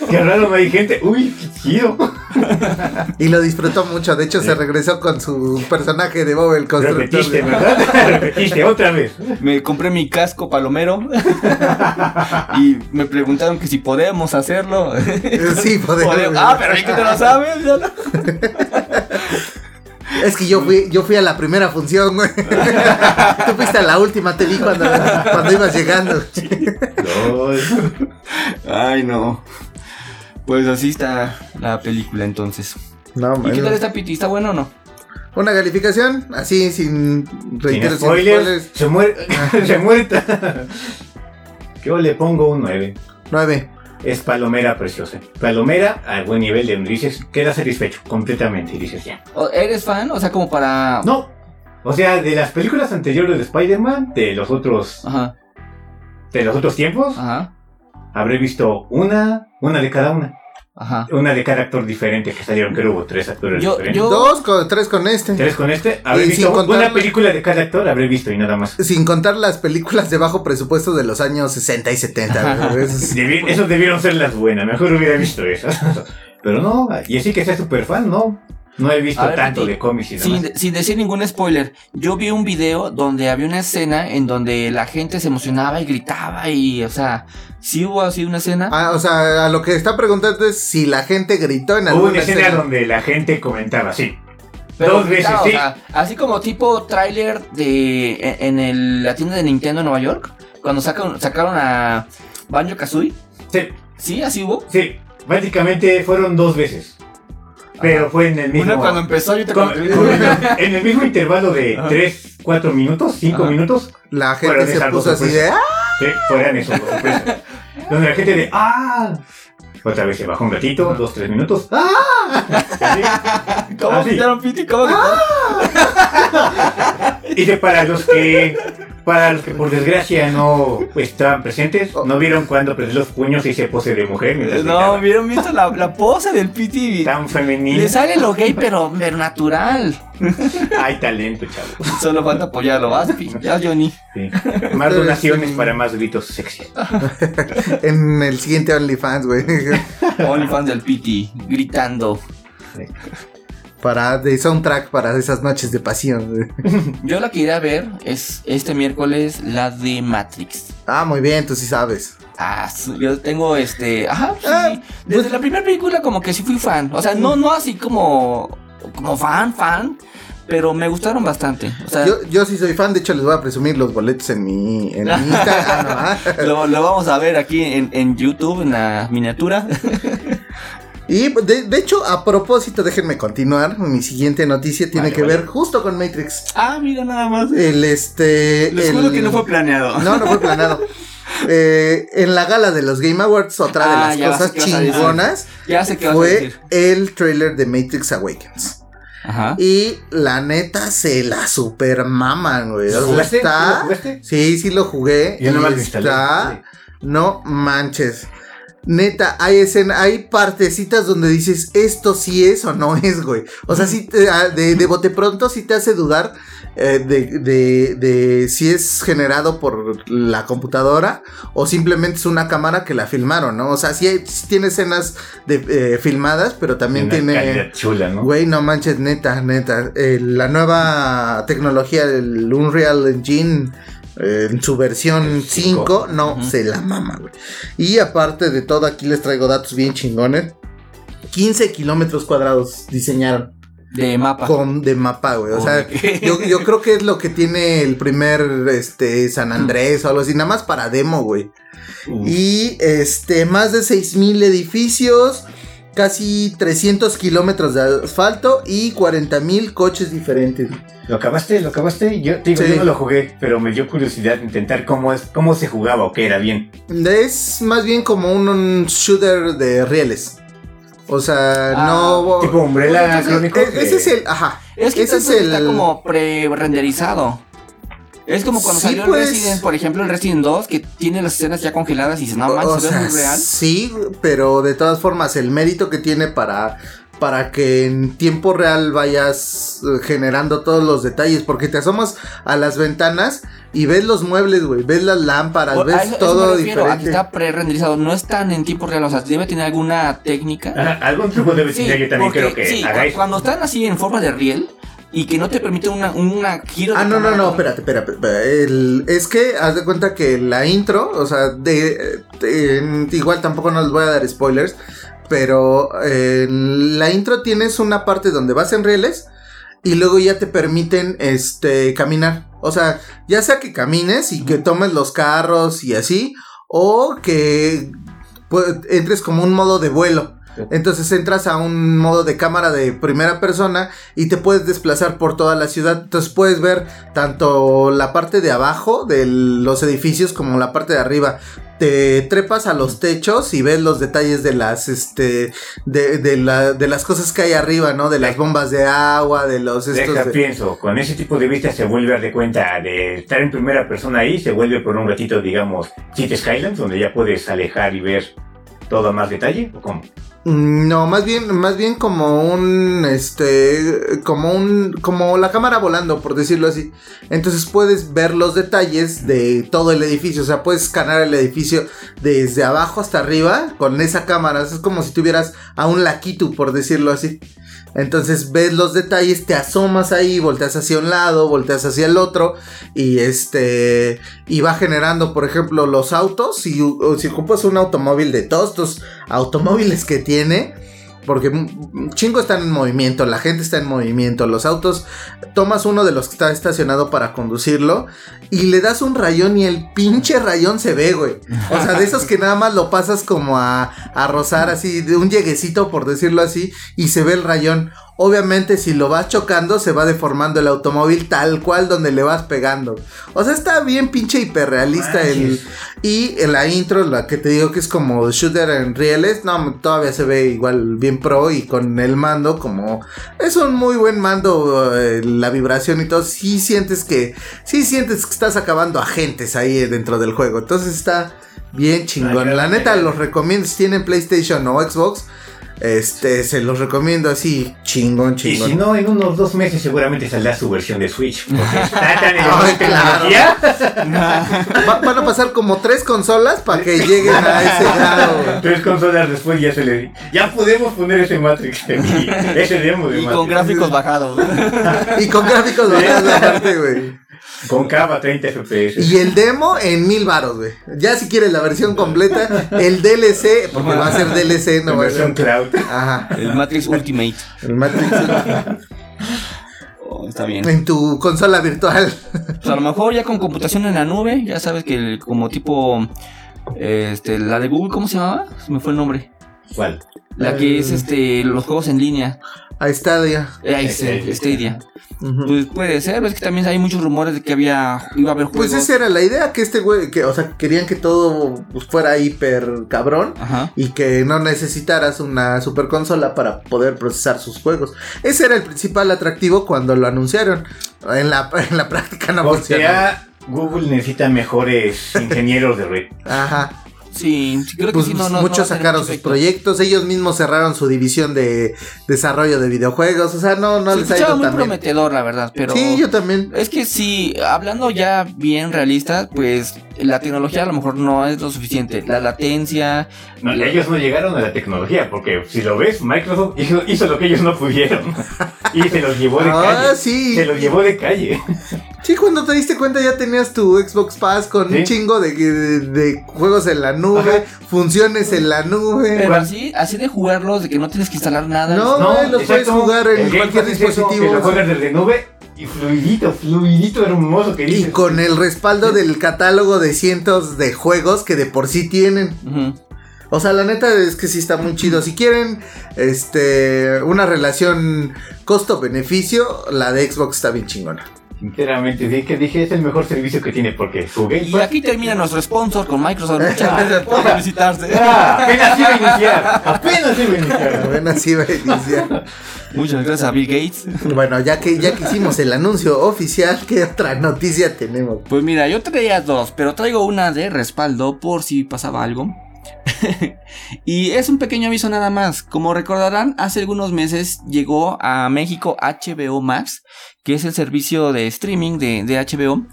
Speaker 4: Qué raro no hay gente. Uy, qué chido.
Speaker 1: Y lo disfrutó mucho. De hecho, se regresó con su personaje de Bob el Constructor.
Speaker 4: Repetiste, ¿verdad? (laughs) Repetiste otra vez.
Speaker 5: Me compré mi casco palomero y me preguntaron que si podemos hacerlo. (laughs)
Speaker 1: Sí, podemos.
Speaker 5: Podemos. Ah, pero es que te lo sabes. ya no.
Speaker 1: Es que yo fui, yo fui a la primera función,
Speaker 5: (laughs)
Speaker 1: güey. Tú fuiste a la última, te vi cuando, cuando ibas llegando.
Speaker 5: Ay, no. Pues así está la película entonces.
Speaker 1: No,
Speaker 5: ¿Y qué
Speaker 1: man.
Speaker 5: tal está Piti? ¿Está bueno o no?
Speaker 1: Una calificación, así, sin reitero,
Speaker 4: Sin
Speaker 1: sin
Speaker 4: spoilers,
Speaker 1: spoilers.
Speaker 4: se muere. (laughs) se muerta. Yo le pongo un 9.
Speaker 1: Nueve.
Speaker 4: Es palomera preciosa. Palomera al buen nivel de donde dices, queda satisfecho completamente. Y dices, ya.
Speaker 5: ¿O- ¿Eres fan? O sea, como para...
Speaker 4: No. O sea, de las películas anteriores de Spider-Man, de los otros,
Speaker 5: Ajá,
Speaker 4: de los otros tiempos,
Speaker 5: ajá,
Speaker 4: habré visto una, una de cada una.
Speaker 5: ajá.
Speaker 4: Una de cada actor diferente que salieron, creo que hubo tres actores
Speaker 5: Yo-
Speaker 4: diferentes.
Speaker 5: yo-
Speaker 1: Dos, con, tres con este.
Speaker 4: Tres con este, habré
Speaker 1: Y sin
Speaker 4: visto
Speaker 1: contar-
Speaker 4: una película de cada actor, habré visto y nada más.
Speaker 1: Sin contar las películas de bajo presupuesto de los años 60 y 70. güey. Es-
Speaker 4: Debi- esas debieron ser las buenas, mejor hubiera visto esas. (laughs) Pero no, y así que sea super fan, no. No he visto
Speaker 5: A ver,
Speaker 4: tanto
Speaker 5: Mati,
Speaker 4: de cómics y demás.
Speaker 5: Sin, sin decir ningún spoiler, yo vi un video donde había una escena en donde la gente se emocionaba y gritaba y, o sea, sí hubo así una escena.
Speaker 1: Ah, o sea, a lo que está preguntando es si la gente gritó en
Speaker 4: Hubo
Speaker 1: alguna
Speaker 4: una escena
Speaker 1: escena.
Speaker 4: donde la gente comentaba, sí.
Speaker 5: Pero
Speaker 4: dos veces,
Speaker 5: gritaba,
Speaker 4: sí.
Speaker 5: o sea, así como tipo tráiler de e, en, en el- la tienda de Nintendo en Nueva York, cuando sacaron, sacaron a Banjo Kazooie,
Speaker 4: Sí,
Speaker 5: sí, así hubo.
Speaker 4: sí. Básicamente fueron dos veces. Pero
Speaker 5: Ajá.
Speaker 4: fue en el mismo.
Speaker 5: Una cuando empezó y otra
Speaker 4: con-
Speaker 5: cuando
Speaker 4: con- en el mismo intervalo de
Speaker 5: Ajá.
Speaker 4: 3, 4 minutos, 5
Speaker 5: Ajá.
Speaker 4: minutos,
Speaker 1: La gente
Speaker 4: Fueron
Speaker 1: se
Speaker 4: esas dos
Speaker 1: puso así de. ¡Ah!
Speaker 4: sí, fueran eso, por supuesto. Donde la gente de ¡Ah! Otra vez se bajó un ratito, dos, tres minutos. ¡Ah! Así.
Speaker 5: (laughs) ¿Cómo
Speaker 4: Ah, sí.
Speaker 5: gritaron, Piti? ¿Cómo gritaron?
Speaker 4: Y que para los que, para los que por desgracia no estaban presentes, no vieron cuando apretó los puños y se pose de mujer. mientras
Speaker 5: Oh. No,
Speaker 4: gritaba.
Speaker 5: hubieran visto la, la pose del Piti.
Speaker 4: tan femenino.
Speaker 5: Le sale lo gay, pero, pero natural. (laughs)
Speaker 4: Hay talento, chavos.
Speaker 5: Solo falta apoyarlo,
Speaker 4: (laughs)
Speaker 5: Aspi. Ya, Johnny.
Speaker 1: (laughs)
Speaker 4: Sí. Más
Speaker 1: Ustedes
Speaker 4: donaciones
Speaker 1: son-
Speaker 4: para más gritos sexy.
Speaker 1: "Ah", En el siguiente OnlyFans, güey.
Speaker 5: OnlyFans del Piti, gritando.
Speaker 1: Para de soundtrack para esas noches de pasión.
Speaker 5: (laughs)
Speaker 1: güey.
Speaker 5: Yo la que iré a ver es este miércoles la de Matrix.
Speaker 1: Ah, muy bien, tú sí sabes.
Speaker 5: Ah, su- yo tengo este. Ajá, sí,
Speaker 1: Ah,
Speaker 5: sí. Desde
Speaker 1: pues-
Speaker 5: la primera película, como que sí fui fan. O sea, no, no así como. Como fan, fan. Pero me gustaron bastante. O sea,
Speaker 1: Yo, yo sí soy fan, de hecho les voy a presumir los boletos en mi, en mi Instagram.
Speaker 5: (laughs)
Speaker 1: Ah, no, ah.
Speaker 5: lo, lo vamos a ver aquí en, en YouTube, en la
Speaker 1: (laughs)
Speaker 5: miniatura.
Speaker 1: Y de, de hecho, a propósito, déjenme continuar. Mi siguiente noticia tiene
Speaker 4: Vale,
Speaker 1: que
Speaker 4: vale.
Speaker 1: ver justo con Matrix.
Speaker 5: ah, mira nada más.
Speaker 1: El este.
Speaker 5: Les
Speaker 1: el-
Speaker 5: juro que no fue planeado.
Speaker 1: No, no fue
Speaker 5: (laughs)
Speaker 1: planeado. Eh, en la gala de los Game Awards, otra
Speaker 5: Ah,
Speaker 1: de
Speaker 5: ya
Speaker 1: las
Speaker 5: vas-
Speaker 1: cosas
Speaker 5: ¿qué vas a decir?
Speaker 1: chingonas
Speaker 5: Ya sé qué vas a
Speaker 1: fue
Speaker 5: decir.
Speaker 1: el trailer de Matrix Awakens.
Speaker 5: Ajá.
Speaker 1: Y la neta se la super maman, güey. O sea, está-
Speaker 4: jugaste?
Speaker 1: Sí, sí lo jugué.
Speaker 4: Yo
Speaker 1: y
Speaker 4: nomás lo instalé.
Speaker 1: está. No manches. Neta, hay escena, hay partecitas donde dices esto sí es o no es, güey. O sea, sí te- ah, de, de bote pronto sí te hace dudar eh, de, de- de si es generado por la computadora o simplemente es una cámara que la filmaron, ¿no? O sea, sí, hay- sí tiene escenas de, eh, filmadas, pero también
Speaker 4: Una
Speaker 1: tiene.
Speaker 4: calidad chula, ¿no?
Speaker 1: Güey, no manches, neta, neta. Eh, la nueva tecnología del Unreal Engine eh, en su versión
Speaker 4: El
Speaker 1: 5,
Speaker 4: cinco.
Speaker 1: no
Speaker 5: Ujú.
Speaker 1: se la mama, güey. Y aparte de todo, aquí les traigo datos bien chingones. 15 kilómetros cuadrados diseñaron
Speaker 5: De
Speaker 4: Ah.
Speaker 5: mapa.
Speaker 1: con de mapa, güey. O sea,
Speaker 5: Uy. (laughs)
Speaker 1: yo, yo creo que es lo que tiene el primer este,
Speaker 4: Mm.
Speaker 1: San Andrés o algo así, nada más para demo, güey. Y este, más de 6.000 edificios, casi 300 kilómetros de asfalto y 40.000 coches diferentes.
Speaker 4: ¿Lo acabaste? ¿Lo acabaste? Yo, te digo,
Speaker 1: Sí.
Speaker 4: yo no lo jugué, pero me dio curiosidad intentar cómo, es, cómo se jugaba o qué era bien.
Speaker 1: Es más bien como un, un shooter de rieles. O sea,
Speaker 5: Ah,
Speaker 1: no...
Speaker 4: tipo Umbrella
Speaker 1: Bueno, entonces,
Speaker 4: Chronicles
Speaker 1: e- Ese
Speaker 4: de-
Speaker 1: es el... Ajá.
Speaker 5: Es que
Speaker 1: Ese es
Speaker 5: entonces está
Speaker 1: el-
Speaker 5: como pre-renderizado. Es como cuando
Speaker 1: Sí,
Speaker 5: salió
Speaker 1: pues.
Speaker 5: el Resident, por ejemplo, el Resident 2, que tiene las escenas ya congeladas y dices, no
Speaker 1: o
Speaker 5: manches, se ve
Speaker 1: sea,
Speaker 5: muy real.
Speaker 1: sí, pero de todas formas, el mérito que tiene para... Para que en tiempo real vayas eh, generando todos los detalles, porque te asomas a las ventanas Y ves los muebles, güey, ves las lámparas,
Speaker 5: Por- a
Speaker 1: ves
Speaker 5: eso- eso
Speaker 1: todo
Speaker 5: me refiero, a que
Speaker 1: diferente.
Speaker 5: está pre-renderizado, no es tan en tiempo real, o sea, debe tener alguna técnica.
Speaker 4: Ajá, algún truco debe
Speaker 5: Sí,
Speaker 4: tener, yo también
Speaker 5: porque-
Speaker 4: creo que
Speaker 5: sí, cu-
Speaker 4: hagáis.
Speaker 5: cuando están así en forma de riel y que no te permite una, una giro. de
Speaker 1: Ah, no, no,
Speaker 5: cámara
Speaker 1: no,
Speaker 5: con-
Speaker 1: espérate, espérate. espérate. El- es que haz de cuenta que la intro, o sea, de, de- igual tampoco nos voy a dar spoilers, pero eh, la intro tienes una parte donde vas en rieles y luego ya te permiten este caminar. O sea, ya sea que camines y que tomes los carros y así, o que pues, entres como un modo de vuelo. Entonces entras a un modo de cámara de primera persona y te puedes desplazar por toda la ciudad. Entonces puedes ver tanto la parte de abajo de los edificios como la parte de arriba. Te trepas a los techos y ves los detalles de las este de, de la- de las cosas que hay arriba, ¿no? De las bombas de agua, de los estos
Speaker 4: Deja,
Speaker 1: de-
Speaker 4: pienso, con ese tipo de vista se vuelve a dar de cuenta de estar en primera persona ahí, se vuelve por un ratito, digamos, City Skylands, donde ya puedes alejar y ver todo a más detalle, o cómo?
Speaker 1: Mm, No, más bien, más bien como un, este, como un, como la cámara volando, por decirlo así. Entonces puedes ver los detalles de todo el edificio, o sea, puedes escanear el edificio desde abajo hasta arriba con esa cámara. O sea, es como si tuvieras a un laquitu, por decirlo así. Entonces ves los detalles, te asomas ahí, volteas hacia un lado, volteas hacia el otro y este y va generando, por ejemplo, los autos. Si, o si ocupas un automóvil de todos tus automóviles que tiene. Porque un chingo están en movimiento, la gente está en movimiento, los autos, tomas uno de los que está estacionado para conducirlo y le das un rayón y el pinche rayón se ve, güey. O sea, de esos que nada más lo pasas como a, a rozar así, de un lleguecito por decirlo así, y se ve el rayón. Obviamente si lo vas chocando se va deformando el automóvil tal cual donde le vas pegando. O sea, está bien pinche hiperrealista el,
Speaker 4: Manches.
Speaker 1: y en la intro, la que te digo que es como shooter en rieles, no, todavía se ve igual bien pro y con el mando como es un muy buen mando, eh, la vibración y todo, sí sientes que, sí sientes que estás acabando agentes ahí dentro del juego, entonces está bien chingón,
Speaker 4: Ay,
Speaker 1: la
Speaker 4: ay,
Speaker 1: neta
Speaker 4: ay.
Speaker 1: los recomiendo, si tienen PlayStation o Xbox, este, se los recomiendo así, chingón,
Speaker 4: Y
Speaker 1: chingón.
Speaker 4: si no, en unos dos meses seguramente saldrá su versión de Switch,
Speaker 1: (laughs)
Speaker 4: porque está tan
Speaker 1: Ay,
Speaker 4: en tecnología.
Speaker 1: Va- van a pasar como tres consolas para que lleguen a ese grado. güey.
Speaker 4: Tres consolas después ya se le... Ya podemos poner ese Matrix de mí, ese demo de
Speaker 5: Y con
Speaker 1: (laughs)
Speaker 4: Matrix.
Speaker 5: gráficos bajados.
Speaker 1: Y con gráficos bajados aparte, güey.
Speaker 4: Con Cava 30 FPS.
Speaker 1: Y el demo en mil varos, güey. Ya si quieres la versión completa, el DLC, porque va a ser DLC, no
Speaker 4: en
Speaker 1: va a
Speaker 4: versión
Speaker 1: ser.
Speaker 4: cloud.
Speaker 1: Ajá.
Speaker 5: El Matrix Ultimate.
Speaker 1: El Matrix
Speaker 5: Oh, está bien.
Speaker 1: en tu consola virtual. (laughs)
Speaker 5: Pues a lo mejor ya con computación en la nube, ya sabes que el- como tipo. Este, la de Google, ¿cómo se llamaba? Se me fue el nombre.
Speaker 4: ¿Cuál?
Speaker 5: La que es este los juegos en línea.
Speaker 1: Ahí está, ya.
Speaker 5: Eh, ahí se- Stadia. Pues puede ser, es que también hay muchos rumores de que había iba a haber juegos.
Speaker 1: Pues esa era la idea, que este güey, que, o sea, querían que todo pues, fuera hiper cabrón.
Speaker 5: Ajá.
Speaker 1: Y que no necesitaras una super consola para poder procesar sus juegos. Ese era el principal atractivo cuando lo anunciaron. En la, (laughs) en la práctica no
Speaker 4: Porque
Speaker 1: funcionó.
Speaker 4: ya Google necesita mejores ingenieros de red.
Speaker 1: Ajá.
Speaker 5: Sí, sí, creo
Speaker 1: Pues
Speaker 5: que sí, no, no- no va a
Speaker 1: muchos
Speaker 5: tener
Speaker 1: sacaron
Speaker 5: mucho
Speaker 1: sus
Speaker 5: efecto.
Speaker 1: proyectos, ellos mismos cerraron su división de desarrollo de videojuegos, o sea, no, no
Speaker 5: Se
Speaker 1: les ha
Speaker 5: escuchaba
Speaker 1: ido
Speaker 5: muy
Speaker 1: tan bien.
Speaker 5: prometedor, la verdad, pero.
Speaker 1: Sí, yo también.
Speaker 5: Es que sí, hablando ya bien realista, pues la tecnología a lo mejor no es lo suficiente. La latencia.
Speaker 4: No, ellos no llegaron a la tecnología, porque si lo ves, Microsoft hizo, hizo lo que ellos no pudieron. Y se los llevó de
Speaker 1: Ah,
Speaker 4: calle.
Speaker 1: sí.
Speaker 4: Se los llevó de calle.
Speaker 1: Sí, cuando te diste cuenta ya tenías tu Xbox Pass con un
Speaker 4: Sí.
Speaker 1: chingo de, de- de juegos en la nube, funciones en la nube.
Speaker 5: Pero así, así de jugarlos, de que no tienes que instalar nada.
Speaker 1: No, güey, los puedes jugar en
Speaker 4: el Game
Speaker 1: cualquier
Speaker 4: Pass es eso,
Speaker 1: dispositivo.
Speaker 4: que lo juegas desde nube y fluidito, fluidito hermoso que
Speaker 1: Y
Speaker 4: dices.
Speaker 1: con el respaldo del catálogo de cientos de juegos que de por sí tienen.
Speaker 5: Ujú.
Speaker 1: O sea, la neta es que sí está muy chido. Si quieren este una relación costo-beneficio, la de Xbox está bien chingona.
Speaker 4: Sinceramente, sí que dije, es el mejor servicio que tiene, porque su Game
Speaker 5: Y
Speaker 4: Pass...
Speaker 5: aquí termina nuestro sponsor con
Speaker 1: (laughs)
Speaker 5: Microsoft. Muchas gracias por felicitarse.
Speaker 4: Ah, apenas iba a iniciar, apenas iba a iniciar.
Speaker 1: Bueno, así va a iniciar.
Speaker 5: Muchas gracias a Bill Gates.
Speaker 1: Bueno, ya que ya que hicimos el anuncio oficial, ¿qué otra noticia tenemos?
Speaker 5: Pues mira, yo traía dos, pero traigo una de respaldo por si pasaba algo. (laughs) y es un pequeño aviso nada más. Como recordarán, hace algunos meses llegó a México HBO Max, que es el servicio de streaming de, de HBO.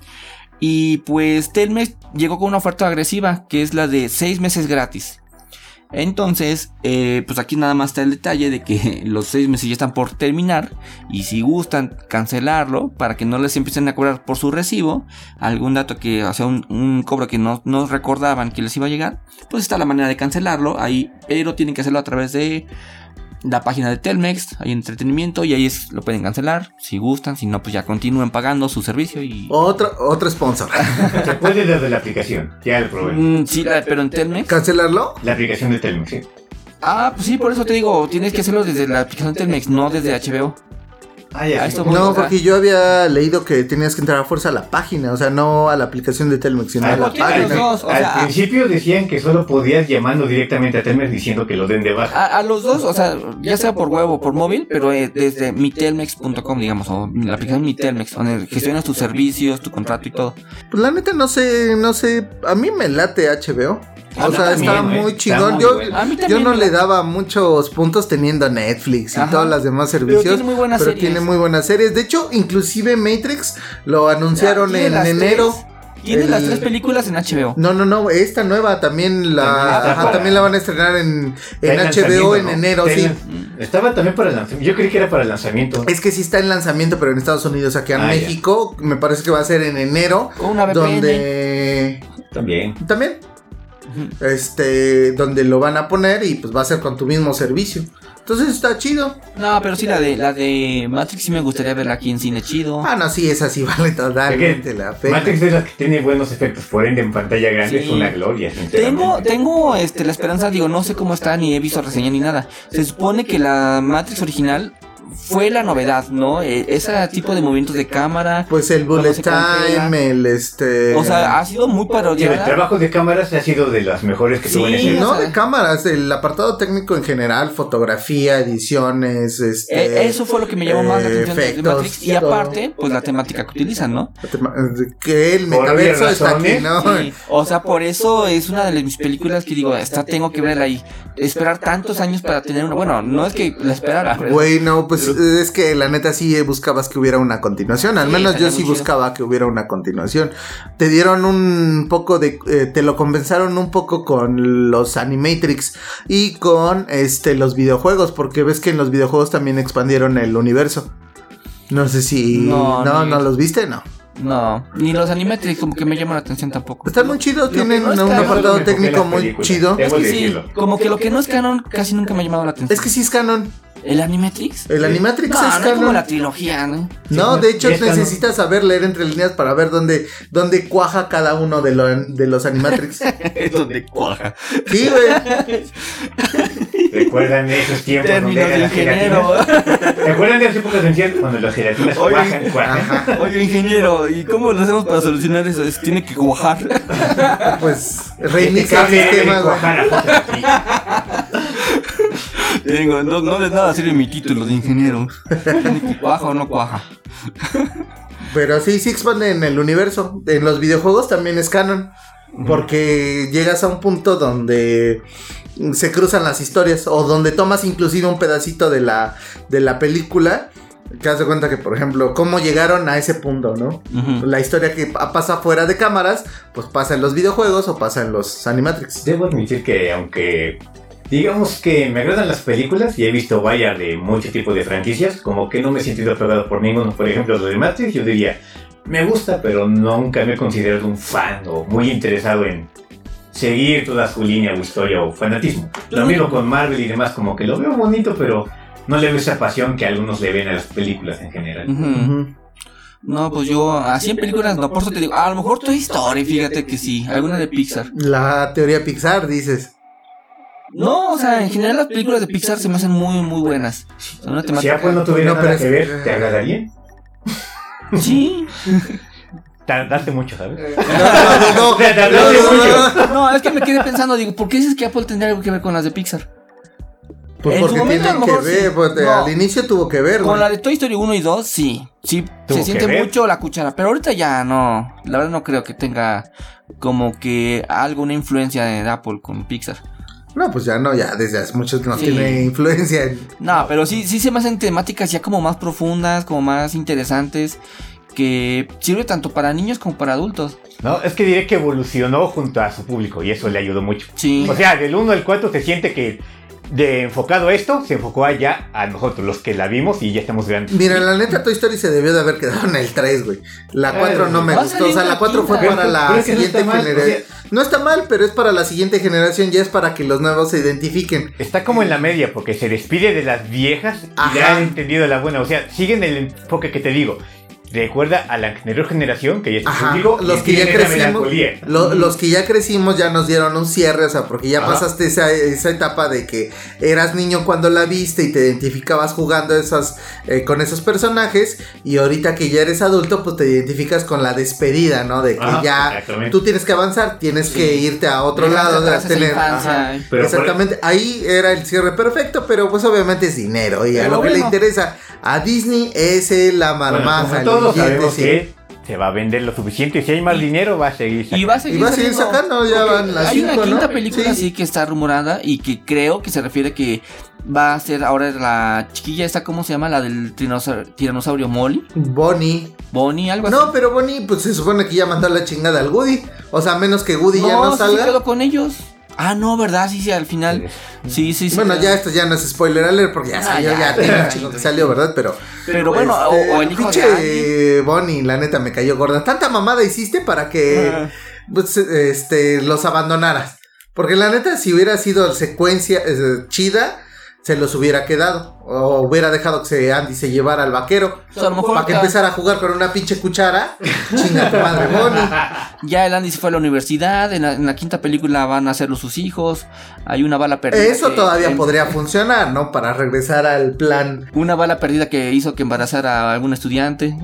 Speaker 5: Y pues Telmex llegó con una oferta agresiva, que es la de 6 meses gratis. Entonces, eh, pues aquí nada más está el detalle de que (laughs) los 6 meses ya están por terminar y si gustan cancelarlo para que no les empiecen a cobrar por su recibo, algún dato que, o sea, un, un cobro que no, no recordaban que les iba a llegar, pues está la manera de cancelarlo ahí, pero tienen que hacerlo a través de la página de Telmex, hay entretenimiento y ahí es- lo pueden cancelar si gustan, si no, pues ya continúen pagando su servicio y...
Speaker 1: Otro, otro sponsor.
Speaker 4: Se puede desde la aplicación, ya lo probé.
Speaker 5: Mm, sí, la- pero en Telmex.
Speaker 1: ¿Cancelarlo?
Speaker 4: La aplicación de Telmex, sí.
Speaker 5: Ah, pues sí, por eso te digo, tienes que hacerlo desde la aplicación Telmex, no desde HBO.
Speaker 4: Ah,
Speaker 5: A
Speaker 4: ya. sí.
Speaker 5: esto voy,
Speaker 1: No,
Speaker 5: ¿verdad?
Speaker 1: porque yo había leído que tenías que entrar a fuerza a la página, o sea, no a la aplicación de Telmex, sino a
Speaker 4: Al,
Speaker 1: la
Speaker 5: cualquiera de los
Speaker 1: página.
Speaker 5: dos, o
Speaker 4: al
Speaker 5: sea- ah.
Speaker 4: principio decían que solo podías llamando directamente a Telmex diciendo que lo den de baja.
Speaker 5: A, a los dos, o sea, ya sea por web o por móvil, pero eh, desde mitelmex.com, digamos, o la aplicación mitelmex, donde gestionas tus servicios, tu contrato y todo.
Speaker 1: Pues la neta no sé, no sé, a mí me late HBO.
Speaker 5: Ah,
Speaker 1: O sea,
Speaker 5: también,
Speaker 1: está
Speaker 4: eh,
Speaker 1: muy
Speaker 4: está
Speaker 1: chingón.
Speaker 4: muy
Speaker 1: Yo,
Speaker 4: bueno.
Speaker 5: A mí también
Speaker 1: yo no
Speaker 5: me
Speaker 1: le
Speaker 5: la-
Speaker 1: daba muchos puntos teniendo Netflix y
Speaker 5: Ajá.
Speaker 1: todos los demás
Speaker 5: Pero
Speaker 1: servicios.
Speaker 5: tiene muy buenas
Speaker 1: pero
Speaker 5: series.
Speaker 1: tiene muy buenas series. De hecho, inclusive Matrix lo anunciaron
Speaker 5: Tiene
Speaker 1: en
Speaker 5: las
Speaker 1: enero.
Speaker 5: tres- tiene
Speaker 1: El-
Speaker 5: las tres películas en HBO.
Speaker 1: No, no, no, esta nueva también la,
Speaker 4: También está
Speaker 1: ajá,
Speaker 4: para-
Speaker 1: también la van a estrenar en,
Speaker 4: Está
Speaker 1: en HBO
Speaker 4: en
Speaker 1: en
Speaker 4: lanzamiento, ¿no?
Speaker 1: enero,
Speaker 4: Está en
Speaker 1: sí.
Speaker 4: lan- Estaba también para el lanzamiento. Yo creí que era para el lanzamiento.
Speaker 1: Es que sí está en lanzamiento, pero en Estados Unidos, aquí en
Speaker 4: Ah, ya.
Speaker 1: México, me parece que va a ser en enero,
Speaker 5: Una VPN.
Speaker 1: donde
Speaker 4: También.
Speaker 1: también,
Speaker 5: Ujú.
Speaker 1: este, donde lo van a poner y pues va a ser con tu mismo servicio. Entonces está chido.
Speaker 5: No, pero sí, la de, la de Matrix sí me gustaría verla aquí en cine chido.
Speaker 1: Ah, no, sí, esa sí (laughs) vale totalmente
Speaker 4: Es que
Speaker 1: la pena.
Speaker 4: Matrix es la que tiene buenos efectos, por ende en pantalla grande
Speaker 5: Sí.
Speaker 4: es una gloria, sinceramente.
Speaker 5: Tengo, tengo este, la esperanza, digo, no sé cómo está, ni he visto reseña ni nada. Se supone que la Matrix original fue la novedad, ¿no? Eh, ese tipo de movimientos de cámara.
Speaker 1: Pues el bullet
Speaker 5: Cuando se congela.
Speaker 1: time, el este...
Speaker 5: O sea, ha sido muy
Speaker 4: Sí, el
Speaker 5: parodiada.
Speaker 4: trabajo de cámaras ha sido de las mejores que
Speaker 5: Sí.
Speaker 4: tuvo en ese.
Speaker 1: no
Speaker 5: o sea-
Speaker 1: de cámaras, el apartado técnico en general, fotografía, ediciones, este...
Speaker 5: Eh, eso fue lo que me llamó más la
Speaker 1: eh,
Speaker 5: atención de- de
Speaker 1: efectos,
Speaker 5: Matrix. Y
Speaker 1: todo.
Speaker 5: aparte, pues la temática que utilizan, ¿no?
Speaker 1: Que el
Speaker 4: Por obvias
Speaker 1: metaverso está aquí,
Speaker 4: razones,
Speaker 1: ¿no?
Speaker 5: Sí, O sea, por eso es una de las- mis películas que digo, esta tengo que verla ahí. Esperar tantos años para tener una. Bueno, no es que la esperara. pero-
Speaker 1: Güey, no, pues es que la neta sí buscabas que hubiera una continuación. Al
Speaker 5: Sí,
Speaker 1: menos yo
Speaker 5: estaría
Speaker 1: sí
Speaker 5: muy chido.
Speaker 1: buscaba que hubiera una continuación. Te dieron un poco de. eh, te lo compensaron un poco con los Animatrix y con este los videojuegos, porque ves que en los videojuegos también expandieron el universo. No sé si. No,
Speaker 5: No,
Speaker 1: no,
Speaker 5: ni-
Speaker 1: los viste, no.
Speaker 5: No, ni los animatrix como que me llaman la atención tampoco.
Speaker 1: Están muy chidos,
Speaker 5: Lo que
Speaker 1: tienen
Speaker 5: no está-
Speaker 1: un
Speaker 5: Yo solo
Speaker 1: apartado
Speaker 4: me enfoqué en
Speaker 1: técnico
Speaker 4: las
Speaker 1: muy
Speaker 4: películas.
Speaker 1: chido.
Speaker 4: Debo
Speaker 5: Es que sí,
Speaker 4: decirlo.
Speaker 5: como que lo que no es canon casi nunca me ha llamado la atención.
Speaker 1: Es que sí es canon.
Speaker 5: ¿El Animatrix?
Speaker 1: El Animatrix
Speaker 5: No,
Speaker 1: es
Speaker 5: no es
Speaker 1: canon.
Speaker 5: como la trilogía, ¿no?
Speaker 1: No,
Speaker 4: Sí,
Speaker 1: de hecho
Speaker 4: ya está, ¿no?
Speaker 1: necesitas saber leer entre líneas para ver dónde, dónde cuaja cada uno de, lo- de los animatrix.
Speaker 5: (laughs) Es donde cuaja.
Speaker 1: Sí, güey.
Speaker 4: ¿Recuerdan esos tiempos donde
Speaker 5: Términos
Speaker 4: eran
Speaker 5: de
Speaker 4: las
Speaker 5: ingeniero.
Speaker 4: gelatinas? ¿Recuerdan de las épocas en que cuando las gelatinas
Speaker 5: Oye.
Speaker 4: cuajan, cuajan?
Speaker 5: (laughs) Oye, ingeniero, ¿y cómo lo hacemos para solucionar eso? Es- tiene que cuajar. (laughs)
Speaker 1: Pues
Speaker 4: Este
Speaker 1: reinicia el
Speaker 4: cable debe
Speaker 1: sistema, güey.
Speaker 4: cuajar a fuerza aquí.
Speaker 5: Tengo, no, no de nada sirve mi título de ingeniero. Tiene que cuaja o no cuaja.
Speaker 1: Pero sí, sí expande en el universo. En los videojuegos también es canon. Porque llegas a un punto donde se cruzan las historias. O donde tomas inclusive un pedacito de la, de la película. Te das de cuenta que, por ejemplo, cómo llegaron a ese punto, ¿no?
Speaker 5: Ujú.
Speaker 1: La historia que pa- pasa fuera de cámaras, pues pasa en los videojuegos o pasa en los animatrix.
Speaker 4: Debo admitir que aunque digamos que me agradan las películas y he visto vaya de mucho tipo de franquicias, como que no me he sentido apegado por ninguno. Por ejemplo, los de Matrix yo diría, me gusta, pero nunca me he considerado un fan o muy interesado en seguir toda su línea o historia o fanatismo. Lo mismo con Marvel y demás, como que lo veo bonito, pero no le veo esa pasión que algunos le ven a las películas en general.
Speaker 5: Ujú.
Speaker 1: Ujú.
Speaker 5: No, pues yo, así en películas no, por eso te digo, a lo mejor Toy Story, fíjate que sí, alguna de Pixar.
Speaker 1: La teoría Pixar, dices.
Speaker 5: No, o sea, en general las películas de Pixar se me hacen muy, muy buenas. Son una
Speaker 4: Si
Speaker 5: temática.
Speaker 4: Apple no tuviera
Speaker 1: No,
Speaker 4: nada
Speaker 1: pero
Speaker 4: que
Speaker 1: es- eh,
Speaker 4: ver, ¿te agradaría?
Speaker 5: Sí,
Speaker 1: (laughs)
Speaker 4: Tardaste mucho,
Speaker 1: (laughs)
Speaker 4: ¿sabes?
Speaker 1: No, no, no, no.
Speaker 4: Tardaste
Speaker 1: No, no,
Speaker 4: mucho.
Speaker 1: no, no.
Speaker 5: No, es que me quedé pensando, digo, ¿por qué dices que Apple tendría algo que ver con las de Pixar?
Speaker 1: Pues
Speaker 5: En su
Speaker 1: porque
Speaker 5: momento, a
Speaker 1: tienen
Speaker 5: lo
Speaker 1: que
Speaker 5: mejor
Speaker 1: ver,
Speaker 5: sí.
Speaker 1: pues,
Speaker 5: No.
Speaker 1: al inicio tuvo que ver,
Speaker 5: Con
Speaker 1: güey.
Speaker 5: la de Toy Story 1 y 2, sí. Sí,
Speaker 4: Tuvo
Speaker 5: se
Speaker 4: que
Speaker 5: siente
Speaker 4: ver.
Speaker 5: mucho la cuchara, pero ahorita ya no. La verdad no creo que tenga como que alguna influencia de Apple con Pixar.
Speaker 1: No, pues ya no, ya desde hace muchos no
Speaker 5: Sí.
Speaker 1: tiene influencia. en-
Speaker 5: No, pero sí, sí se me hacen temáticas ya como más profundas, como más interesantes. que sirve tanto para niños como para adultos.
Speaker 4: No, es que diré que evolucionó junto a su público y eso le ayudó mucho.
Speaker 5: Sí.
Speaker 4: O sea, del 1 al 4 se siente que de enfocado a esto, se enfocó allá a nosotros, los que la vimos y ya estamos grandes.
Speaker 1: Mira, la neta Toy Story se debió de haber quedado en el 3, güey. La 4 no me
Speaker 5: Eh, va a
Speaker 1: gustó. O
Speaker 5: salir
Speaker 1: sea, la
Speaker 5: la
Speaker 1: 4 fue
Speaker 5: quinta.
Speaker 1: para
Speaker 4: Pero-
Speaker 1: la
Speaker 4: pero es que no
Speaker 1: siguiente
Speaker 4: está mal,
Speaker 1: generación.
Speaker 4: o
Speaker 1: No está mal, pero es para la siguiente generación. Ya es para que los nuevos se identifiquen.
Speaker 4: Está como en la media, porque se despide de las viejas y
Speaker 1: Ajá.
Speaker 4: le han entendido la buena. O sea, siguen el enfoque que te digo. Recuerda a la anterior generación que ya está
Speaker 1: Ajá,
Speaker 4: contigo. y
Speaker 1: los que ya
Speaker 4: tiene la
Speaker 1: crecimos,
Speaker 4: melancolía.
Speaker 1: lo- los que ya crecimos ya nos dieron un cierre, o sea, porque ya
Speaker 4: Ajá.
Speaker 1: pasaste esa, esa etapa de que eras niño cuando la viste y te identificabas jugando esas eh, con esos personajes y ahorita que ya eres adulto, pues te identificas con la despedida, ¿no? De que
Speaker 4: Ajá,
Speaker 1: ya
Speaker 4: exactamente.
Speaker 1: tú tienes que avanzar, tienes que irte a otro
Speaker 5: Dejar
Speaker 1: lado de la
Speaker 5: atrás esa
Speaker 1: tele.
Speaker 5: infancia.
Speaker 1: Ajá.
Speaker 4: Pero por-
Speaker 1: Exactamente, ahí era el cierre perfecto, pero pues obviamente es dinero y a
Speaker 5: Pero
Speaker 1: lo que le
Speaker 5: bueno.
Speaker 1: interesa a Disney es eh, la
Speaker 4: Bueno,
Speaker 1: marmaja,
Speaker 4: como
Speaker 1: el
Speaker 4: todos
Speaker 1: billete,
Speaker 4: sabemos
Speaker 1: sí.
Speaker 4: que se va a vender lo suficiente y si hay más dinero va a seguir.
Speaker 5: Y va a seguir,
Speaker 1: Y va a seguir sacando, ya
Speaker 5: Porque
Speaker 1: van las
Speaker 5: Hay una
Speaker 1: cinco, ¿no?
Speaker 5: quinta película
Speaker 1: Sí.
Speaker 5: así que está rumorada y que creo que se refiere que va a ser ahora la chiquilla esta, ¿cómo se llama? La del tiranosaurio, tiranosaurio Molly,
Speaker 1: Bonnie.
Speaker 5: Bonnie, algo así.
Speaker 1: No, pero Bonnie, pues se supone que ya mandó la chingada al Woody. O sea, a menos que Woody ya no
Speaker 5: sí
Speaker 1: salga.
Speaker 5: quedó con ellos. Ah, no, ¿verdad? Sí, sí, al final. Sí, sí, sí.
Speaker 1: bueno, ya esto ya no es spoiler alert porque ya
Speaker 5: Ah,
Speaker 1: salió, ya,
Speaker 5: ya.
Speaker 1: tiene un
Speaker 5: (laughs)
Speaker 1: chingo que salió, ¿verdad? Pero,
Speaker 5: Pero bueno,
Speaker 1: este,
Speaker 5: o, o el hijo
Speaker 1: pinche
Speaker 5: de
Speaker 1: Bonnie, la neta me cayó gorda. Tanta mamada hiciste para que
Speaker 5: Andy.
Speaker 1: pues, este, los abandonaras. Porque la neta, si hubiera sido secuencia eh, chida, se los hubiera quedado. O hubiera dejado que se- Andy se llevara al vaquero.
Speaker 5: O sea, a lo mejor
Speaker 1: Para que
Speaker 5: ahorita-
Speaker 1: empezara a jugar con una pinche
Speaker 5: (laughs)
Speaker 1: cuchara. Chinga tu madre, Bonnie.
Speaker 5: Ya el Andy se fue a la universidad, en la, en la quinta película van a hacerlo sus hijos, hay una bala perdida.
Speaker 1: Eso
Speaker 5: que-
Speaker 1: todavía
Speaker 5: en-
Speaker 1: podría funcionar, ¿no? Para regresar al plan.
Speaker 5: Una bala perdida que hizo que embarazara a algún estudiante.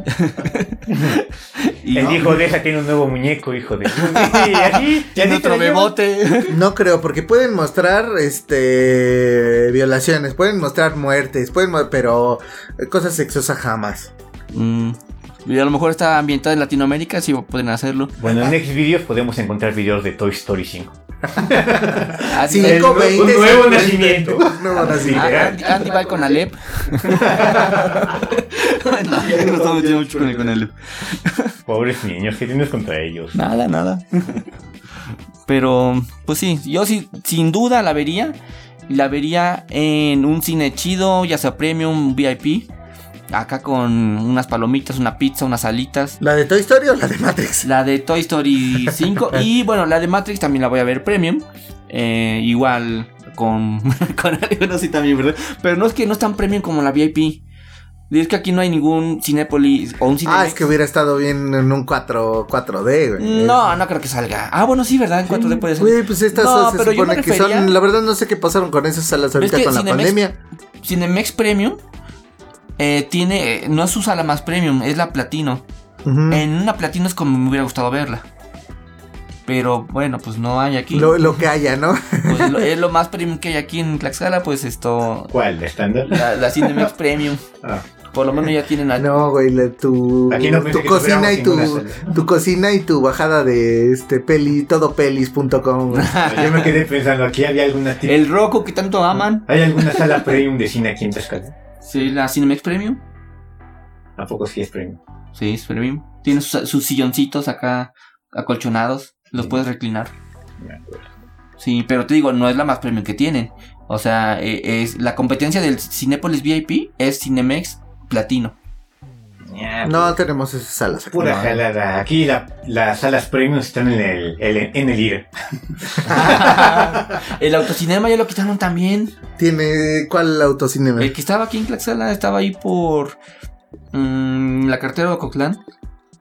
Speaker 5: y
Speaker 4: El
Speaker 5: no,
Speaker 4: hijo de esa tiene un nuevo muñeco, hijo (laughs) de. Y así, y
Speaker 5: tiene
Speaker 4: así
Speaker 5: otro
Speaker 4: te la llevas.
Speaker 5: bebote.
Speaker 1: No creo, porque pueden mostrar este violaciones, pueden mostrar muertes, pueden mo- pero eh, cosas sexosas jamás.
Speaker 5: Mm, y a lo mejor está ambientado en Latinoamérica, si pueden hacerlo.
Speaker 4: Bueno, en Next Videos podemos encontrar videos de Toy Story 5.
Speaker 5: Así
Speaker 1: Sí,
Speaker 5: que-
Speaker 1: Cinco,
Speaker 4: un
Speaker 1: veinte,
Speaker 4: nuevo
Speaker 1: cincuenta. (laughs)
Speaker 4: nacimiento.
Speaker 1: No van a decir.
Speaker 5: Ah,
Speaker 4: Ideal.
Speaker 5: Andy, Andy va con Alep. (laughs) no, no estamos metiendo mucho con el- con Alep.
Speaker 4: Pobres niños, ¿qué tienes contra ellos?
Speaker 5: Nada, nada. (laughs) Pero, pues sí, yo sí, sin duda la vería. Y La vería en un cine chido, ya sea premium, VIP. Acá con unas palomitas, una pizza, unas alitas.
Speaker 1: ¿La de Toy Story o la de Matrix?
Speaker 5: La de Toy Story 5. y bueno, la de Matrix también la voy a ver premium. Eh, igual con, (laughs) con bueno, sí también, ¿verdad? Pero no es que no es tan premium como la VIP. Y es que aquí no hay ningún Cinépolis o un cine.
Speaker 1: Ah, es que hubiera estado bien en un 4, 4D, güey.
Speaker 5: No, no creo que salga. Ah, bueno, sí, ¿verdad? En 4D puede ser.
Speaker 1: Güey, pues estas
Speaker 5: No,
Speaker 1: se
Speaker 5: pero yo
Speaker 1: supone
Speaker 5: me
Speaker 1: que
Speaker 5: refería-
Speaker 1: son. La verdad, no sé qué pasaron con esas salas ahorita
Speaker 5: que
Speaker 1: con la
Speaker 5: Cinemex-
Speaker 1: pandemia.
Speaker 5: Cinemex Premium eh, tiene. eh, No es su sala más premium, es la platino.
Speaker 1: Ujú.
Speaker 5: En una platino es como me hubiera gustado verla. Pero bueno, pues no hay aquí.
Speaker 1: Lo, lo que haya, ¿no?
Speaker 5: Pues, lo- es lo más premium que hay aquí en Tlaxcala, pues esto.
Speaker 4: ¿Cuál? ¿La estándar?
Speaker 5: La, la Cinemex Premium.
Speaker 4: (laughs) Ah.
Speaker 5: Por lo menos ya tienen (laughs) la-
Speaker 1: Ah, No, güey, la- tu,
Speaker 4: Aquí no pensé
Speaker 1: tu
Speaker 4: que
Speaker 1: cocina y tu,
Speaker 4: tuviéramos ninguna
Speaker 1: tu cocina y tu bajada de este peli, todopelis.com.
Speaker 4: (laughs)
Speaker 1: güey.
Speaker 4: Yo me quedé pensando, aquí había alguna tip-
Speaker 5: El Roku que tanto aman.
Speaker 4: ¿Hay alguna sala premium de cine aquí en Tlaxcala?
Speaker 5: Sí, la Cinemex Premium.
Speaker 4: ¿A poco sí es premium?
Speaker 5: Sí, es premium. Tiene sus, sus silloncitos acá acolchonados. Los puedes reclinar.
Speaker 4: Me acuerdo.
Speaker 5: Sí, pero te digo, no es la más premium que tienen. O sea, eh, es la competencia del Cinépolis VIP es Cinemex (laughs) Platino.
Speaker 4: Ya,
Speaker 1: No tenemos esas salas. aquí.
Speaker 4: Pura
Speaker 1: No.
Speaker 4: jalada. Aquí la- las salas premium están en el, el- en el IRA.
Speaker 5: el autocinema ya lo quitaron también.
Speaker 1: Tiene cuál autocinema.
Speaker 5: El que estaba aquí en Tlaxcala estaba ahí por mm, la carretera de Ocotlán,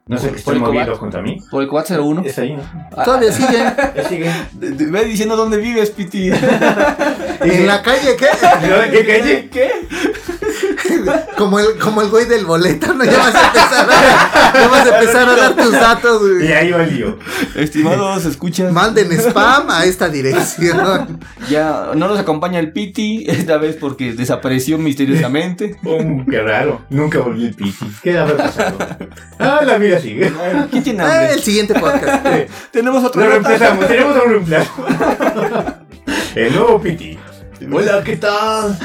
Speaker 4: No sé
Speaker 5: Por-
Speaker 4: qué
Speaker 5: por
Speaker 4: estoy
Speaker 5: el
Speaker 4: movido
Speaker 5: cobar.
Speaker 4: contra mí.
Speaker 5: por el 401.
Speaker 4: Es ahí, ¿no?
Speaker 1: Todavía sigue ¿eh?
Speaker 4: Ya sigue.
Speaker 5: De- de- Eh, Ve diciendo dónde vives, (laughs) Piti.
Speaker 1: en la calle, ¿qué?
Speaker 4: Eh,
Speaker 1: (laughs)
Speaker 4: ¿No? ¿Qué calle? (laughs)
Speaker 5: ¿Qué?
Speaker 1: Como el, como el güey del boleto, ¿no? Ya vas a empezar a, ya vas a, empezar a dar tus datos, güey.
Speaker 4: Y ahí valió.
Speaker 5: Estimados, escuchas.
Speaker 1: Manden spam a esta
Speaker 4: (laughs)
Speaker 1: dirección.
Speaker 5: Ya no nos acompaña el Piti (laughs) esta vez porque
Speaker 1: (laughs)
Speaker 5: desapareció misteriosamente.
Speaker 4: Um, qué raro. Nunca volví el piti. ¿Qué habrá pasado? Ah, la vida sigue.
Speaker 5: ¿Quién tiene
Speaker 1: Ah,
Speaker 5: hambre?
Speaker 1: el siguiente podcast.
Speaker 4: (laughs)
Speaker 5: Tenemos
Speaker 4: Lo
Speaker 5: otro
Speaker 4: reemplazamos, tenemos un reemplazo. El nuevo piti. Hola, ¿qué tal?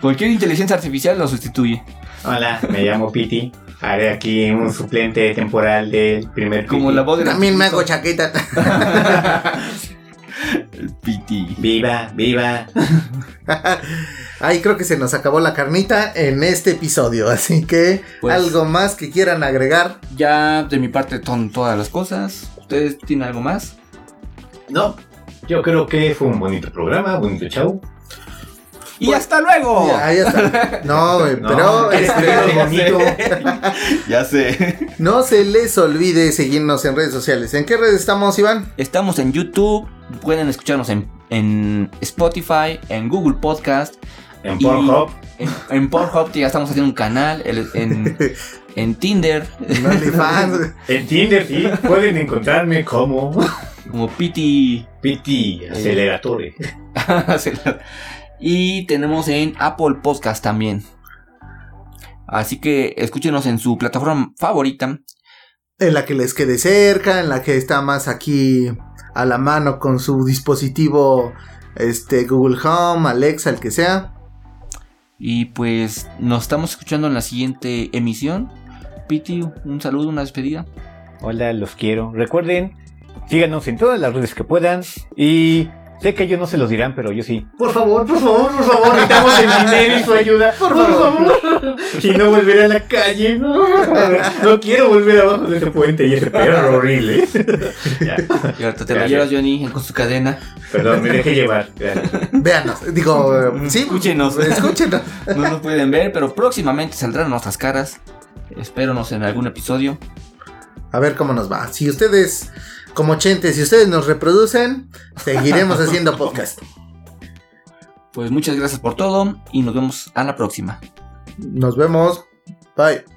Speaker 5: Cualquier inteligencia artificial lo sustituye.
Speaker 4: Hola, me llamo Piti. Haré aquí un suplente temporal del primer
Speaker 5: Como
Speaker 4: piti.
Speaker 5: la voz de
Speaker 1: También me hago chaqueta.
Speaker 5: El piti.
Speaker 4: Viva, viva.
Speaker 1: Ahí creo que se nos acabó la carnita en este episodio. (laughs) Así que
Speaker 5: Pues-
Speaker 1: algo más que quieran agregar.
Speaker 5: Ya de mi parte son todas las cosas. ¿Ustedes tienen algo más?
Speaker 4: No, yo creo que fue un bonito programa, bonito show.
Speaker 5: ¡Y
Speaker 1: Pues,
Speaker 5: hasta luego!
Speaker 1: Ahí está. No, güey,
Speaker 4: No,
Speaker 1: pero
Speaker 4: que
Speaker 1: este,
Speaker 4: estuvo bonito.
Speaker 5: Ya sé.
Speaker 1: no se les olvide seguirnos en redes sociales. ¿En qué redes estamos, Iván?
Speaker 5: Estamos en YouTube. Pueden escucharnos en, en Spotify, en Google Podcast,
Speaker 4: En Pornhub.
Speaker 5: en, en Pornhub. que Ya estamos haciendo un canal. el-
Speaker 1: (laughs)
Speaker 5: en, en Tinder. (laughs)
Speaker 1: En OnlyFans.
Speaker 4: En Tinder sí, pueden encontrarme como
Speaker 5: Como Piti.
Speaker 4: Piti Aceleratore.
Speaker 5: (laughs) y tenemos en Apple Podcast también. Así que escúchenos en su plataforma favorita.
Speaker 1: (laughs) en la que les quede cerca, en la que está más aquí a la mano con su dispositivo este Google Home, Alexa, el que sea.
Speaker 5: Y pues nos estamos escuchando en la siguiente emisión. Piti, un saludo, una despedida.
Speaker 4: Hola, los quiero. Recuerden, síganos en todas las redes que puedan y sé que ellos no se los dirán, pero yo sí. Por favor, por favor, por favor, necesitamos el dinero y su ayuda. Por favor. Si no volveré a la calle. No, no quiero volver abajo de ese puente y ese perro horrible. Ya,
Speaker 5: (laughs) Y ahorita te lo
Speaker 4: Gracias.
Speaker 5: llevas, Johnny, con su cadena.
Speaker 4: Perdón, me dejé llevar. Gracias.
Speaker 1: Véanos, digo,
Speaker 5: (laughs)
Speaker 1: eh, sí,
Speaker 5: Mm, Escúchenos.
Speaker 1: Escúchenos.
Speaker 5: No nos pueden ver, pero próximamente saldrán nuestras caras. Espéronos en algún episodio.
Speaker 1: A ver cómo nos va. Si ustedes como chentes, si ustedes nos reproducen, seguiremos haciendo podcast.
Speaker 5: Pues muchas gracias por todo y nos vemos a la próxima.
Speaker 1: Nos vemos. Bye.